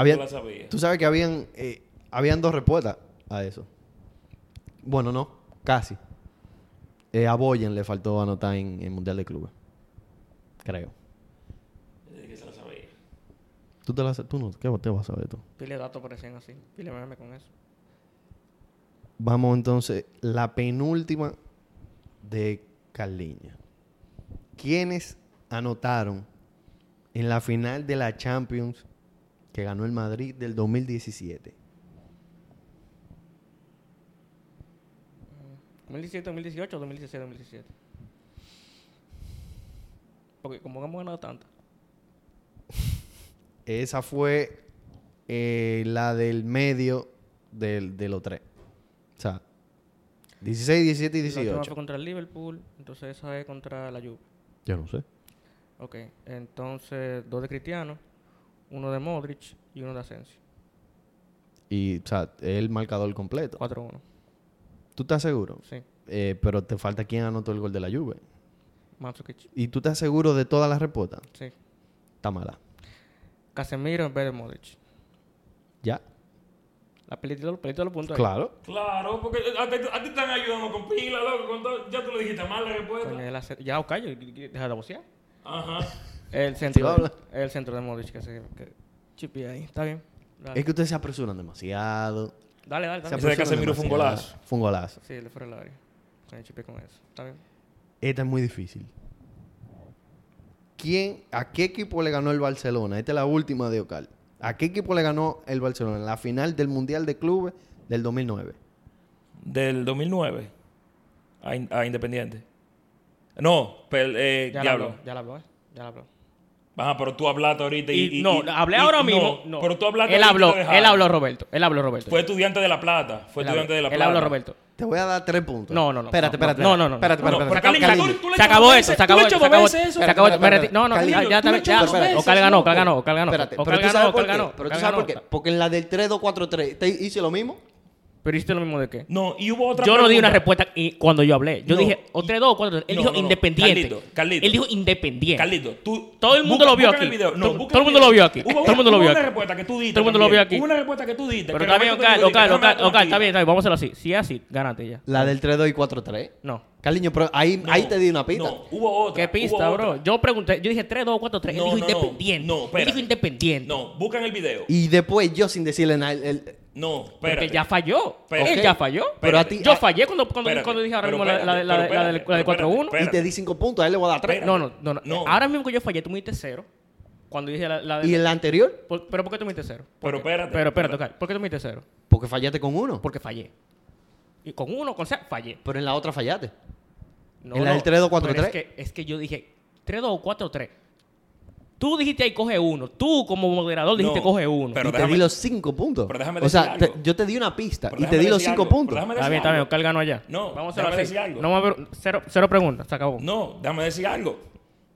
A: Había,
C: no la sabía.
A: Tú sabes que habían, eh, habían dos respuestas a eso. Bueno, no, casi. Eh, a Boyen le faltó anotar en el Mundial de Clubes. Creo.
C: Desde que se la sabía.
A: ¿Tú, te la, sa- tú no, ¿qué te vas a saber tú?
B: Pile datos parecían así. Pile meme con eso.
A: Vamos entonces, la penúltima de Carliña. ¿Quiénes anotaron en la final de la Champions que ganó el Madrid del 2017?
B: 2017, 2018 o 2016, 2017. Porque como hemos ganado tantas.
A: Esa fue eh, la del medio del, de los tres. O sea, 16, 17 y
B: La última fue
A: 18.
B: contra el Liverpool. Entonces esa es contra la Juve.
A: Yo no sé.
B: Ok. Entonces, dos de Cristiano. Uno de Modric y uno de Asensio.
A: Y, o sea, es el marcador completo.
B: 4-1.
A: ¿Tú estás seguro?
B: Sí.
A: Eh, pero te falta quién anotó el gol de la Juve.
B: Mandzukic.
A: ¿Y tú estás seguro de todas las respuestas?
B: Sí.
A: Está mala.
B: Casemiro en vez de Modric.
A: ¿Ya?
B: La pelita, la pelita de los puntos. ahí.
A: Claro.
C: Claro, porque a ti, a ti te están ayudando con pila, loco. con todo. ya tú le dijiste mal la
B: Coño,
C: respuesta.
B: él hace- Ya, o callo. y- y- Deja de vocear.
C: Ajá.
B: El centro,
A: habla.
B: el centro de Modric que se que chipea ahí. Está bien. Dale,
A: Es que ustedes se apresuran demasiado.
B: dale,
A: Se
B: dale. dale.
C: Ese de
A: apresuran
C: Casemiro fue un
A: demasiado.
C: golazo.
A: Fue un golazo.
B: Sí, le fuera el área. Con el chipeo con eso. Está bien.
A: Esta es muy difícil. ¿Quién, ¿A qué equipo le ganó el Barcelona? Esta es la última de Ocal. ¿A qué equipo le ganó el Barcelona? En la final del Mundial de Clubes del 2009.
C: Del 2009 a, In- a Independiente. No, pel- eh,
B: Ya la
C: Diablo.
B: habló. Ya la habló, eh. Ya la habló.
C: Ajá, pero tú hablaste ahorita y...
B: Y-
C: y-
B: no,
C: y-
B: hablé
C: y-
B: ahora
C: no,
B: mismo. No,
C: Pero tú hablaste...
B: Él
C: ahorita
B: habló,
C: de Haaland.
B: él habló Roberto. Él habló Roberto.
C: Fue estudiante de La Plata. Fue
B: Él
C: estudiante
B: habló-
C: de La Plata.
B: Él habló Roberto.
A: Te voy a dar tres puntos.
B: No, no, no.
A: Espérate,
B: No,
A: espérate.
B: no, no, no, no.
A: Espérate,
B: No,
A: espérate,
B: no,
A: espérate.
C: Carliño,
A: Carliño.
C: tú- tú le
B: Se
C: echas
B: acabó
C: dos
B: eso,
C: veces,
B: se
C: tú
B: acabó
C: le
B: eso, se
C: echas dos
B: acabó.
C: veces eso,
B: Se acabó,
A: espérate,
B: espérate,
A: espérate.
B: no, no,
A: Carliño,
B: ya, ya
C: tú le
B: también,
C: echas
B: ya,
C: dos veces,
B: Ocal ganó, Ocal ganó, Ocal ganó,
A: Espérate,
B: Ocal
A: pero tú
B: ganó,
A: sabes por
B: Ocal
A: qué.
B: ganó,
A: Pero tú
B: Ocal
A: sabes por
B: ganó,
A: qué. Porque en la del 3-2-4-3 te hice lo mismo.
B: Pero hiciste lo mismo de qué?
C: No, y hubo otra
B: Yo no di
C: pregunta.
B: una respuesta y- cuando yo hablé. Yo
C: No.
B: dije, o tres, dos, o cuatro. Él
C: No,
B: dijo
C: no, no.
B: independiente.
C: Carlito, Carlito.
B: Él dijo independiente.
C: Carlito, tú...
B: Todo el mundo lo vio
C: busca
B: aquí.
C: en el video. No,
B: Todo-
C: busca
B: todo el mundo
C: video.
B: lo vio aquí.
C: Hubo
B: Todo
C: una-
B: el mundo lo
C: hubo
B: vio
C: una
B: aquí.
C: respuesta que tú diste
B: Todo el mundo lo
C: también.
B: vio aquí.
C: Hubo una respuesta que tú diste.
B: Pero
C: que
B: está bien,
C: Roberto te
B: Ocal,
C: dijo,
B: Ocal,
C: déjame
B: Ocal,
C: darte
B: Ocal, está
C: aquí.
B: bien, está bien, vamos a hacerlo así. Si es así, gánate ya.
A: La del 3-2 y 4-3.
B: No.
A: Carliño, pero ahí, ahí te di una pista.
C: No, hubo otra.
B: ¿Qué
C: hubo
B: pista,
C: otra.
B: bro? Yo pregunté, yo dije 3, 2, 4, 3. Él
C: No,
B: dijo
C: no, no.
B: independiente.
C: No,
B: Él
C: espérate.
B: dijo independiente.
C: No, buscan el video.
A: Y después yo sin decirle nada. el- el-
C: No, espérate.
B: Porque ya falló.
C: Espérate.
B: Él ya falló.
A: Pero a ti-
B: Yo
A: a-
B: fallé cuando, cuando,
C: Ah, Espérate,
B: cuando dije ahora
C: pero
B: mismo la, la,
C: espérate,
B: la,
C: pero
B: la del- la del
C: espérate, pero
B: 4-1.
C: espérate.
A: y te di cinco puntos. A él le voy a dar tres.
C: Espérate.
B: No, no, no, no.
C: No.
B: Ahora mismo que yo fallé, tú me diste cero. Cuando dije la, la de...
A: ¿Y en la anterior?
B: Por- ¿Pero por qué tú me diste cero? ¿Por
C: Pero
B: qué?
C: espérate,
B: Pero espérate,
C: espérate.
B: Oscar, ¿Por qué tú me diste cero?
A: Porque fallaste con uno.
B: Porque fallé. Y con uno, con cero, fallé.
A: Pero en la otra fallaste.
B: No,
A: En la del
B: no,
A: 3-2-4-3.
B: pero Es que, es que yo dije 3, 2, 4, 3. Tú dijiste ahí coge uno. Tú como moderador dijiste
C: No,
B: coge uno.
C: pero
A: y te
C: déjame-
A: di los cinco puntos.
C: pero déjame
A: o sea,
C: decir
A: te-
C: algo.
A: yo te di una pista
C: Pero
A: y te
C: déjame
A: di los
C: decir
A: cinco
C: algo,
A: puntos.
C: pero déjame
B: Está bien,
C: decir
B: está bien.
C: algo.
B: Oscar ganó allá.
C: No,
B: vamos a hacerlo
C: déjame
B: así.
C: decir algo.
B: No, vamos a ver- cero, cero preguntas. Se acabó.
C: No, déjame decir algo.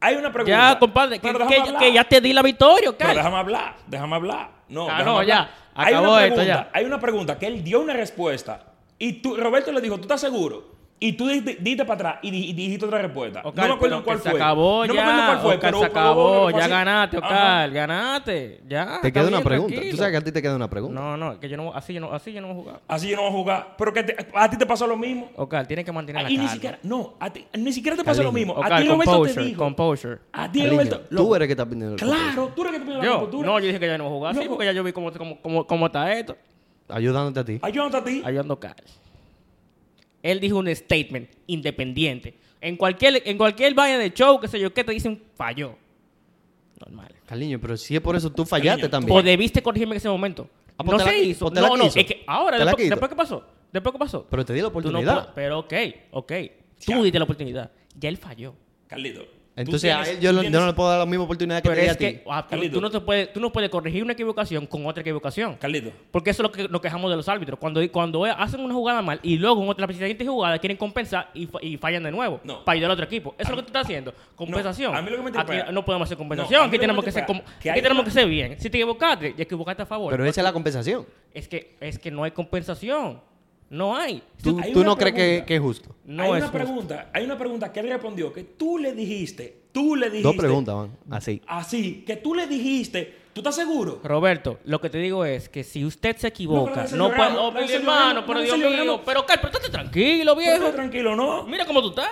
C: Hay una pregunta.
B: ya, compadre. Que,
C: Pero
B: que-
C: déjame hablar.
B: que ya te di la victoria, Oscar.
C: Pero déjame hablar, déjame hablar. No,
B: Ah,
C: déjame
B: no,
C: hablar.
B: ya. Acabó
C: hay una
B: esto,
C: pregunta,
B: ya.
C: Hay una pregunta que él dio una respuesta y tú, Roberto le dijo, ¿tú estás seguro? Y tú diste, diste para atrás y, di- y dijiste otra respuesta.
B: Oscar,
C: no me acuerdo
B: pero
C: cuál
B: que
C: fue.
B: Se acabó
C: no
B: ya.
C: me acuerdo cuál fue,
B: Oscar,
C: pero
B: se
C: pero bueno,
B: acabó.
C: fue
B: Ya
C: así.
B: ganaste,
C: Ajá.
B: Oscar. Ganaste. Ya.
A: Te
B: está
A: queda una
B: bien,
A: pregunta.
B: tranquilo.
A: Tú sabes que a ti te queda una pregunta.
B: No, no, que yo no, así yo no, así yo no voy a jugar.
C: Así yo no voy a jugar. Pero que te- a ti te pasó lo mismo.
B: Oscar, tienes que mantener la
C: y
B: calma.
C: ni siquiera, no, a ti, ni siquiera te pasó lo
A: Cariño.
C: mismo. a
B: Oscar,
C: ti Roberto te
B: composure,
C: dijo.
B: composure.
C: a ti
A: Cariño,
C: Roberto.
A: tú
C: loco,
A: eres que estás pidiendo el compromiso.
C: Claro, tú eres que te pides la
B: Yo,
C: cultura.
B: no, yo dije que ya no voy a jugar así
C: Loco.
B: porque ya yo vi cómo, cómo, cómo, cómo está esto.
A: Ayudándote a ti.
C: Ayúdate a ti.
B: Ayudando a Oscar. Él dijo un statement independiente. En cualquier, en cualquier vaina de show, qué sé yo, qué te dicen falló. Normal.
A: Cariño, pero si es por eso, tú fallaste
C: Cariño,
B: O
A: también.
B: debiste corregirme en ese momento.
A: Ah, pues
B: no
A: te la
B: se
A: qui-
B: hizo.
A: pues te la
B: No, no, es
A: quiso.
B: que ahora,
A: Te la
B: después,
A: quito.
B: después qué pasó. Después qué pasó.
A: Pero te di la
B: Tú no
A: oportunidad.
B: puedes- pero ok, ok. Tú
C: Ya.
B: diste la oportunidad. Ya él falló.
C: Carlito. tú
A: Entonces a
C: tienes-
A: él yo,
C: tú
A: no- yo
C: tienes-
A: no le puedo dar la misma oportunidad que
B: Pero
A: te di a
B: es
A: ti.
B: que ah, tú- tú,
C: Carlito.
B: no te puedes, tú no puedes corregir una equivocación con otra equivocación.
C: Carlito.
B: Porque eso es lo que nos quejamos de los árbitros. Cuando, cuando hacen una jugada mal y luego en otra la siguiente jugada quieren compensar y, fa- y fallan de nuevo
C: No.
B: para ayudar al otro equipo. Eso es lo que tú estás haciendo. Compensación.
C: a mí lo que me
B: Aquí
C: tripea-
B: no podemos hacer
C: No,
B: compensación.
C: a mí
B: aquí
C: lo que
B: tenemos
C: me
B: que, ser,
C: tripea
B: como-
C: que
B: aquí
C: hay-
B: tenemos que ser bien. Si te equivocaste, ya equivocaste a
C: oh,
B: favor.
A: Pero esa es la compensación.
B: Es que, es que no hay compensación. No hay.
A: ¿Tú,
C: hay
A: tú
C: una
A: no crees que,
C: pregunta.
A: que es justo?
B: No
C: hay
B: es
C: una
B: justo.
C: pregunta, hay una pregunta que él respondió que tú le dijiste, tú le dijiste.
A: Dos preguntas van. Así.
C: Así, que tú le dijiste, ¿tú estás seguro?
B: Roberto, lo que te digo es que si usted se equivoca,
C: No,
B: no,
C: pero no se
B: puede.
C: lloramos,
B: Oh,
C: no
B: mi
C: se
B: hermano,
C: lloramos,
B: pero
C: no
B: Dios
C: se
B: mío.
C: lloramos.
B: Pero, Oscar, pero estate tranquilo,
C: Pero Oh,
B: viejo.
C: tranquilo, no.
B: Mira cómo tú estás.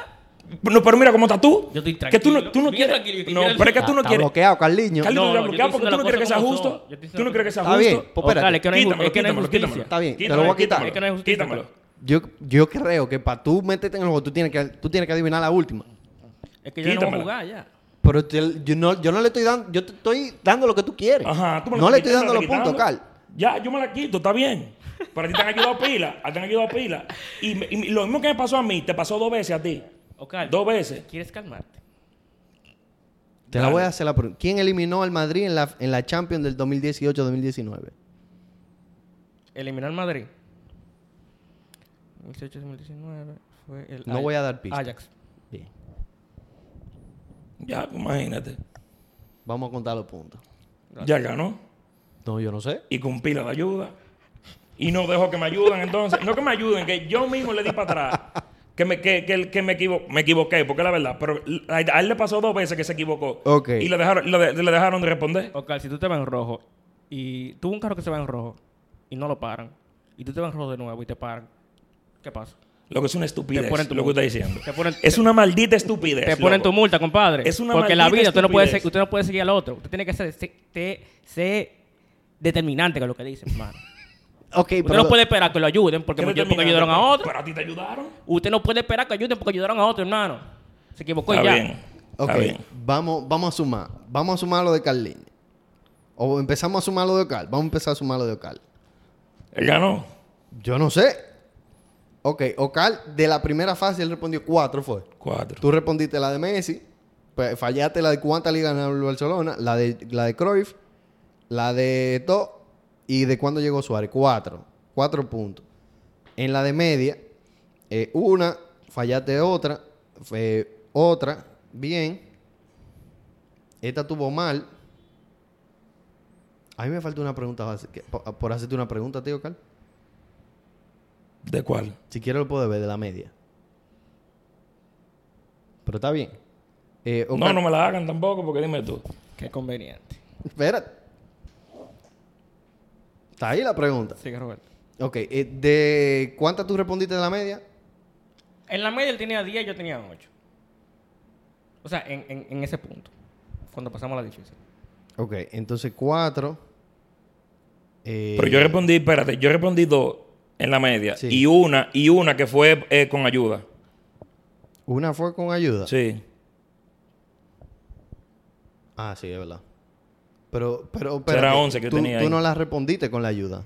C: No, pero mira cómo estás tú.
B: Yo estoy
C: Que tú no,
B: tranquilo,
C: tú no
B: bien
C: quieres.
B: tranquilo, y que
C: No,
B: mira el
C: pero es que
B: sol.
C: tú no
A: Está
C: quieres.
A: bloqueado, Carliño.
C: Carlito
B: No,
C: te ha
B: no, yo
C: bloqueado
B: estoy
C: porque tú
B: diciendo
C: no
B: las
C: quieres que sea
B: cosas como
C: justo.
B: son. Yo estoy diciendo
C: Tú no
B: las
C: quieres que sea
A: cosas. Está
C: justo.
A: bien, pues, espérate.
B: Oscar, es que no hay ju- es
C: Quítamelo,
B: que no hay
C: quítamelo,
B: justicia.
C: quítamelo.
A: Está bien, te lo
C: Quítamalo,
A: voy a quitar.
C: quítamalo.
B: Es que no hay justicia.
C: Quítamelo.
A: Yo, yo creo que para tú meterte en el juego, tú tienes que, tú tienes que adivinar la última.
B: Es que yo no voy a
C: Quítamela.
B: jugar ya.
A: Pero te- yo, no, yo no le estoy dando, yo te estoy dando lo que tú quieres.
C: Ajá, tú me la
A: no le
C: estás
A: estoy dando
C: quitando,
A: los
C: me la
A: puntos,
C: estás
A: Carl.
C: quitando. Ya, yo me la quito, está bien. Pero a ti te han ayudado pila, a ti te han ayudado pila. Y, me- y me- lo mismo que me pasó a mí, te pasó dos veces a ti.
B: Oscar,
C: Dos veces.
B: ¿quieres calmarte?
A: Te la voy a hacer la pregunta. ¿Quién eliminó al Madrid en la, en la Champions del 2018-2019?
B: Eliminar Madrid. 2018-2019 fue el
A: No
B: Aj-
A: voy a dar pista.
B: Ajax.
A: Bien.
C: Ya, pues, imagínate.
A: Vamos a contar los puntos.
C: Ya ganó.
A: No, yo no sé.
C: y con pila de ayuda. Y no dejo que me ayuden entonces. No que me ayuden, que yo mismo le di para atrás. Que me, que, que, que me, equivo- me equivoqué, porque es la verdad. Pero a, a él le pasó dos veces que se equivocó.
A: Ok.
C: Y le dejaron, lo de- le dejaron de responder.
B: Oscar, si tú te vas en rojo y tuvo un carro que se va en rojo y no lo paran y tú te vas en rojo de nuevo y te paran, ¿qué pasa?
C: Lo que es una
B: Te
C: estupidez.
B: ponen tu
C: Lo que
B: multa.
C: está diciendo.
B: Te ponen-
C: es una maldita estupidez.
B: Te ponen
C: loco.
B: tu multa, compadre.
C: Es una
B: Porque la vida
C: maldita
B: usted no, puede
C: estupidez.
B: ser- usted no puede seguir al otro. Usted tiene que ser, se- te- ser determinante con lo que dice, hermano.
A: Ok,
B: Usted
A: pero.
B: no puede esperar que lo ayuden porque,
C: ¿Qué
B: porque
C: determinante?
B: ayudaron a otro.
C: Pero a ti te ayudaron.
B: Usted no puede esperar que ayuden porque ayudaron a otro, hermano. Se equivocó y
C: Está
B: Pues ya.
C: bien.
A: Ok,
C: Está bien.
A: vamos, vamos a sumar. Vamos a sumar lo de Carliño. O empezamos a sumar lo de Carl. Vamos a empezar a sumar lo de Carl.
C: Él ganó.
A: Yo no sé. Ok, Ocal de la primera fase él respondió cuatro fue.
C: Cuatro.
A: Tú respondiste la de Messi, pues, fallaste la de cuántas ligas ganó el Barcelona, la de la de Cruyff, la de To y de cuándo llegó Suárez, cuatro, cuatro puntos. En la de media, eh, una, fallaste otra, fue otra, bien. Esta tuvo mal. A mí me falta una pregunta base- que- por, por hacerte una pregunta, tío Ocal.
C: ¿De cuál?
A: Si quiero lo puedo ver de la media. Pero está bien. Eh,
C: No,
A: Ocar-
C: no me la hagan tampoco, porque dime tú.
B: Qué conveniente.
A: Espérate. Está ahí la pregunta.
B: Sigue, Roberto.
A: Ok, eh, ¿de cuántas tú respondiste de la media?
B: En la media él tenía 10 y yo tenía 8. O sea, en, en- en ese punto. Cuando pasamos a la difícil.
A: Ok, entonces cuatro. Eh,
C: Pero yo respondí, espérate, yo respondí dos en la media.
A: Sí.
C: Y una, y una que fue eh, con ayuda.
A: Una fue con ayuda.
C: Sí.
A: Ah, sí, es verdad. Pero, pero,
C: Será
A: espérate,
C: 11 que
A: tú,
C: tenía
A: tú
C: ahí.
A: no la respondiste con la ayuda.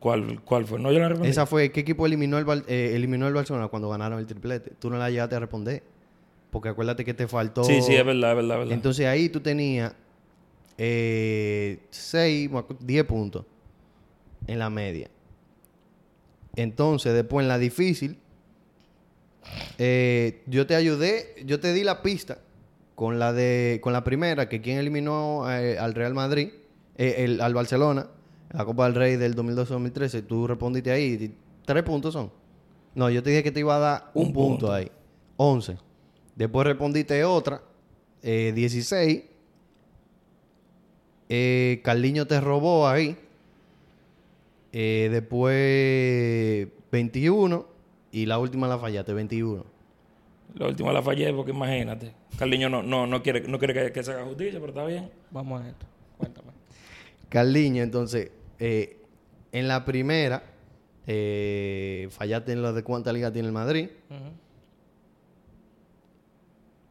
C: ¿Cuál, cuál fue? No, yo la respondí.
A: Esa fue, ¿qué equipo eliminó el, Bar- eh, eliminó el Barcelona cuando ganaron el triplete? Tú no la llegaste a responder. Porque acuérdate que te faltó.
C: Sí, sí, es verdad, es verdad, es verdad.
A: Entonces ahí tú tenías eh, 6, 10 puntos en la media. Entonces, después en la difícil, eh, yo te ayudé, yo te di la pista con la de con la primera, que quien eliminó eh, al Real Madrid, eh, el- al Barcelona, la Copa del Rey del 2012-2013. Tú respondiste ahí, di- tres puntos son. No, yo te dije que te iba a dar un,
C: Un
A: punto.
C: punto.
A: ahí, 11. Después respondiste otra, eh, 16. Eh, Carliño te robó ahí. Eh, después 21 y la última la fallaste, 21.
C: La última la fallé porque imagínate. Carliño no, no, no quiere, no quiere que, que se haga justicia, pero está bien.
B: Vamos a esto. Cuéntame.
A: Carliño, entonces, eh, en la primera eh, fallaste en lo de cuánta liga tiene el Madrid.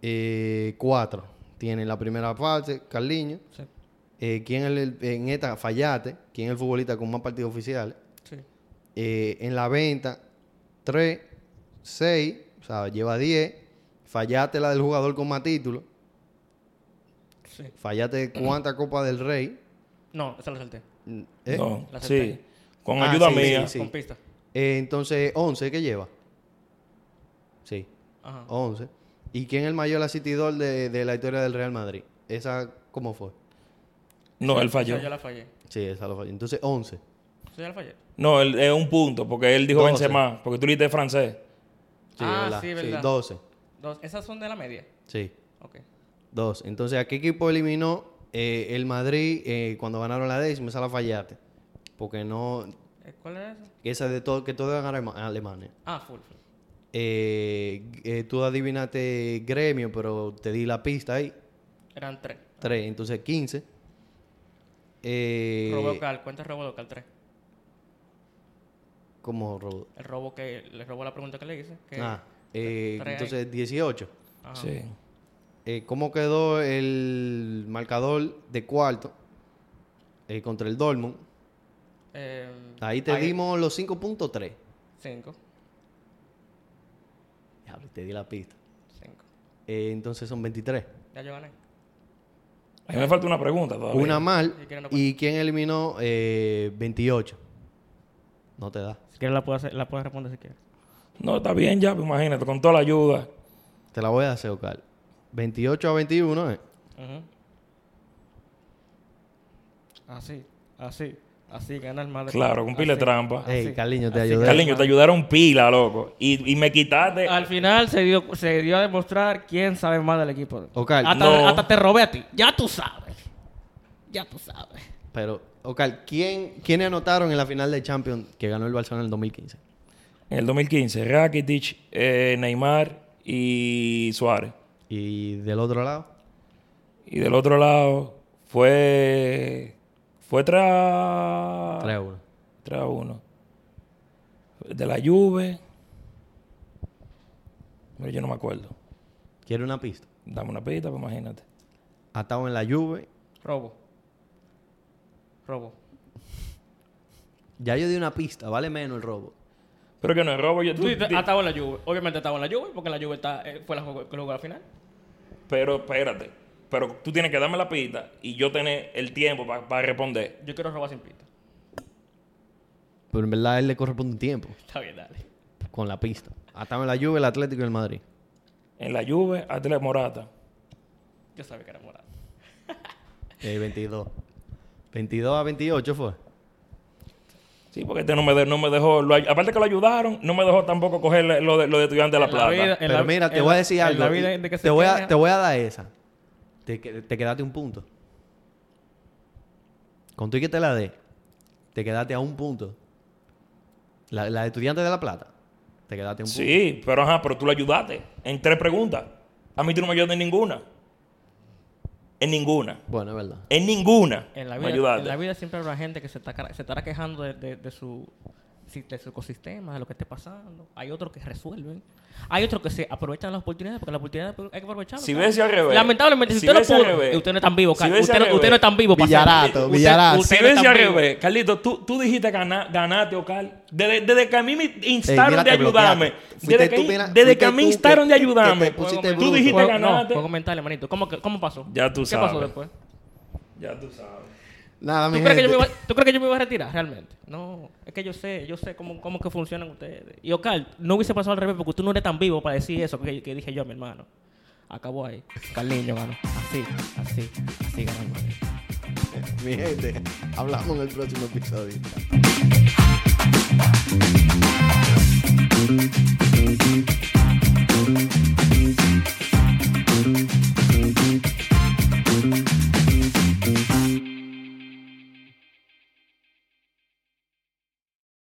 A: Eh, cuatro tiene la primera parte, Carliño.
B: Sí.
A: Eh, ¿quién el- el- en esta fallaste? ¿Quién es el futbolista con más partidos oficiales?
B: Sí.
A: Eh, en la venta, 3, 6, o sea, lleva 10. Fallaste la del jugador con más títulos.
B: Sí.
A: Fallaste cuánta Copa del Rey.
B: No, esa la salté.
A: Mm, ¿eh?
C: No,
B: La acepté.
C: sí. Con
A: Ah,
C: ayuda
A: sí,
C: mía.
A: sí,
B: Con pista.
A: Eh, entonces, 11, ¿qué lleva? Sí,
B: Ajá.
A: 11. ¿Y quién es el mayor asistidor de, de la historia del Real Madrid? ¿Esa cómo fue?
C: No, él
B: Esa
C: falló.
B: yo la fallé.
A: Sí, esa lo falló. Entonces, 11.
B: Esa ya la fallé.
C: No, él, es un punto, porque él dijo
A: Doce.
C: Benzema, porque tú le diste francés.
A: Sí,
B: Ah,
A: ¿verdad?
B: sí, verdad.
A: 12.
B: Dos. Esas son de la media.
A: Sí,
B: Ok.
A: 2. Entonces, ¿a qué equipo eliminó eh, el Madrid eh, cuando ganaron la décima? Esa la fallaste. Porque no,
B: Eh, ¿Cuál era esa?
A: Que Esa de todo, que todo era Alema- Alemania.
B: Ah, full. full.
A: Eh, eh, tú adivinaste gremio, pero te di la pista ahí.
B: Eran tres.
A: 3, entonces 15. Eh,
B: Robo local. ¿Cuánto es robo local? Tres.
A: ¿Cómo robo?
B: El robo que le robó la pregunta que le hice. Que
A: Ah, eh,
B: Tres ahí.
A: entonces 18.
B: Ajá.
C: Sí.
A: Eh, ¿Cómo quedó el marcador de cuarto eh, contra el Dortmund?
B: Eh,
A: Ahí te dimos los 5.3.
B: Cinco.
A: Diablo, Te di la pista.
B: Cinco.
A: Eh, entonces son 23.
B: Ya yo gané.
C: A mí me falta una pregunta todavía.
A: Una mal.
B: ¿Y quién no
A: ¿Y quién eliminó eh, 28? No te da.
B: Si quieres la puedes, la puedes responder si quieres.
C: No, está bien ya, pues imagínate, con toda la ayuda.
A: Te la voy a hacer, Ocal. 28 a 21, ¿eh?
B: Así, así, así gana el madre.
C: Claro, con pila de
B: Así,
C: trampa.
A: Ey,
B: así,
A: Carliño, te
B: así
A: ayudé.
B: gana el
C: Carliño, te
B: madre.
C: ayudaron pila, loco. Y, y me quitaste.
B: Al final se dio, se dio a demostrar quién sabe más del equipo.
A: Ocal,
B: hasta,
C: no.
B: hasta te robé a ti. Ya tú sabes. Ya tú sabes.
A: Pero, Ocal, ¿quién, ¿quiénes anotaron en la final de Champions que ganó el Barcelona en el 2015?
C: En el 2015, Rakitic, eh, Neymar y Suárez.
A: Y del otro lado,
C: Y del otro lado fue. Fue tra.
A: 3 a 1.
C: Tra uno. De la Juve. Pero yo no me acuerdo.
A: ¿Quiere una pista?
C: Dame una pista, pues imagínate.
A: Atado en la Juve.
B: Robo. Robo.
A: Ya yo di una pista, vale menos el robo.
C: Pero que no es robo. Yo,
B: Tú
C: tú-
B: dices,
C: di-
B: ah, estaba en la lluvia. Obviamente estaba en la lluvia porque la lluvia está, eh, fue la jugo- que jugó la final.
C: pero espérate. Pero tú tienes que darme la pista y yo tener el tiempo para responder.
B: Yo quiero robar sin pista.
A: Pero en verdad a él le corresponde un tiempo
B: Está bien, dale.
A: con la pista. Atado en la Juve, el Atlético y el Madrid.
C: En la Juve, Atlético Morata.
B: Yo sabía que era morado.
A: Eh, 22. 22 a 28 fue.
C: Sí, porque este no me, de- no me dejó. lo ay- aparte que lo ayudaron, no me dejó tampoco coger lo de, lo de estudiante de la
B: En la
C: plata.
B: vida- en
A: Pero
B: la-
A: mira, te
B: en
A: voy a
B: la-
A: decir
B: en
A: algo.
B: la vida de que se
A: te, voy a,
B: queja.
A: te voy a dar esa. Te, que- te quedaste un punto. Con tú y que te la dé, te quedaste a un punto. La, la de estudiante de La Plata, te quedaste a un punto.
C: Sí, pero ajá, pero tú lo ayudaste en tres preguntas. A mí tú no me ayudaste en ninguna. En ninguna.
A: Bueno, es verdad.
C: En ninguna.
B: En la
C: me
B: vida,
C: ayudaste.
B: en la vida siempre habrá gente que se, está, cara- se estará quejando de, de- de su, existe ese ecosistema, de lo que esté pasando. Hay otros que resuelven. Hay otros que se aprovechan las oportunidades, porque las oportunidades hay que aprovecharlas.
C: Si
B: claro.
C: ves al revés.
B: Lamentablemente, si,
C: Si
B: usted no
C: ves al
B: pudo,
C: revés.
B: eh, usted no es tan vivo,
C: Si
B: Carlos.
C: ves
B: usted,
C: al
B: no- usted
C: revés.
B: no es tan vivo, pasando.
A: Villarato,
B: Usted-
A: villarato.
B: usted
C: Si
B: no es
C: ves
B: tan
C: al
B: vivo.
C: revés, Carlito, tú, tú dijiste ganar, ganarte o Cal. Desde, desde que a mí me
A: Ey,
C: instaron
A: mira,
C: de
A: te bloqueaste.
C: ayudarme.
A: Fuiste
C: Desde que,
A: tú, mira,
C: desde
A: fuiste
C: que a mí
A: tú que-
C: instaron de
A: que te
C: ayudarme.
A: pusiste
C: tú
A: bruto.
C: dijiste
B: Fue-
C: ganarte.
B: No, fue comentarle, manito. ¿Cómo, que- ¿Cómo pasó?
C: Ya tú
B: ¿Qué pasó
C: sabes.
B: después?
C: Ya tú sabes.
A: Nada,
B: ¿Tú
A: mi
B: crees, que yo
A: gente.
B: me iba, tú crees que yo me iba a retirar realmente? No, es que yo sé, yo sé cómo, cómo que funcionan ustedes. Y Ocal, no hubiese pasado al revés porque tú no eres tan vivo para decir eso que, que dije yo a mi hermano. Acabó ahí. Carliño ganó. Así, así, así ganó el Madrid.
A: Mi gente, hablamos en el próximo episodio.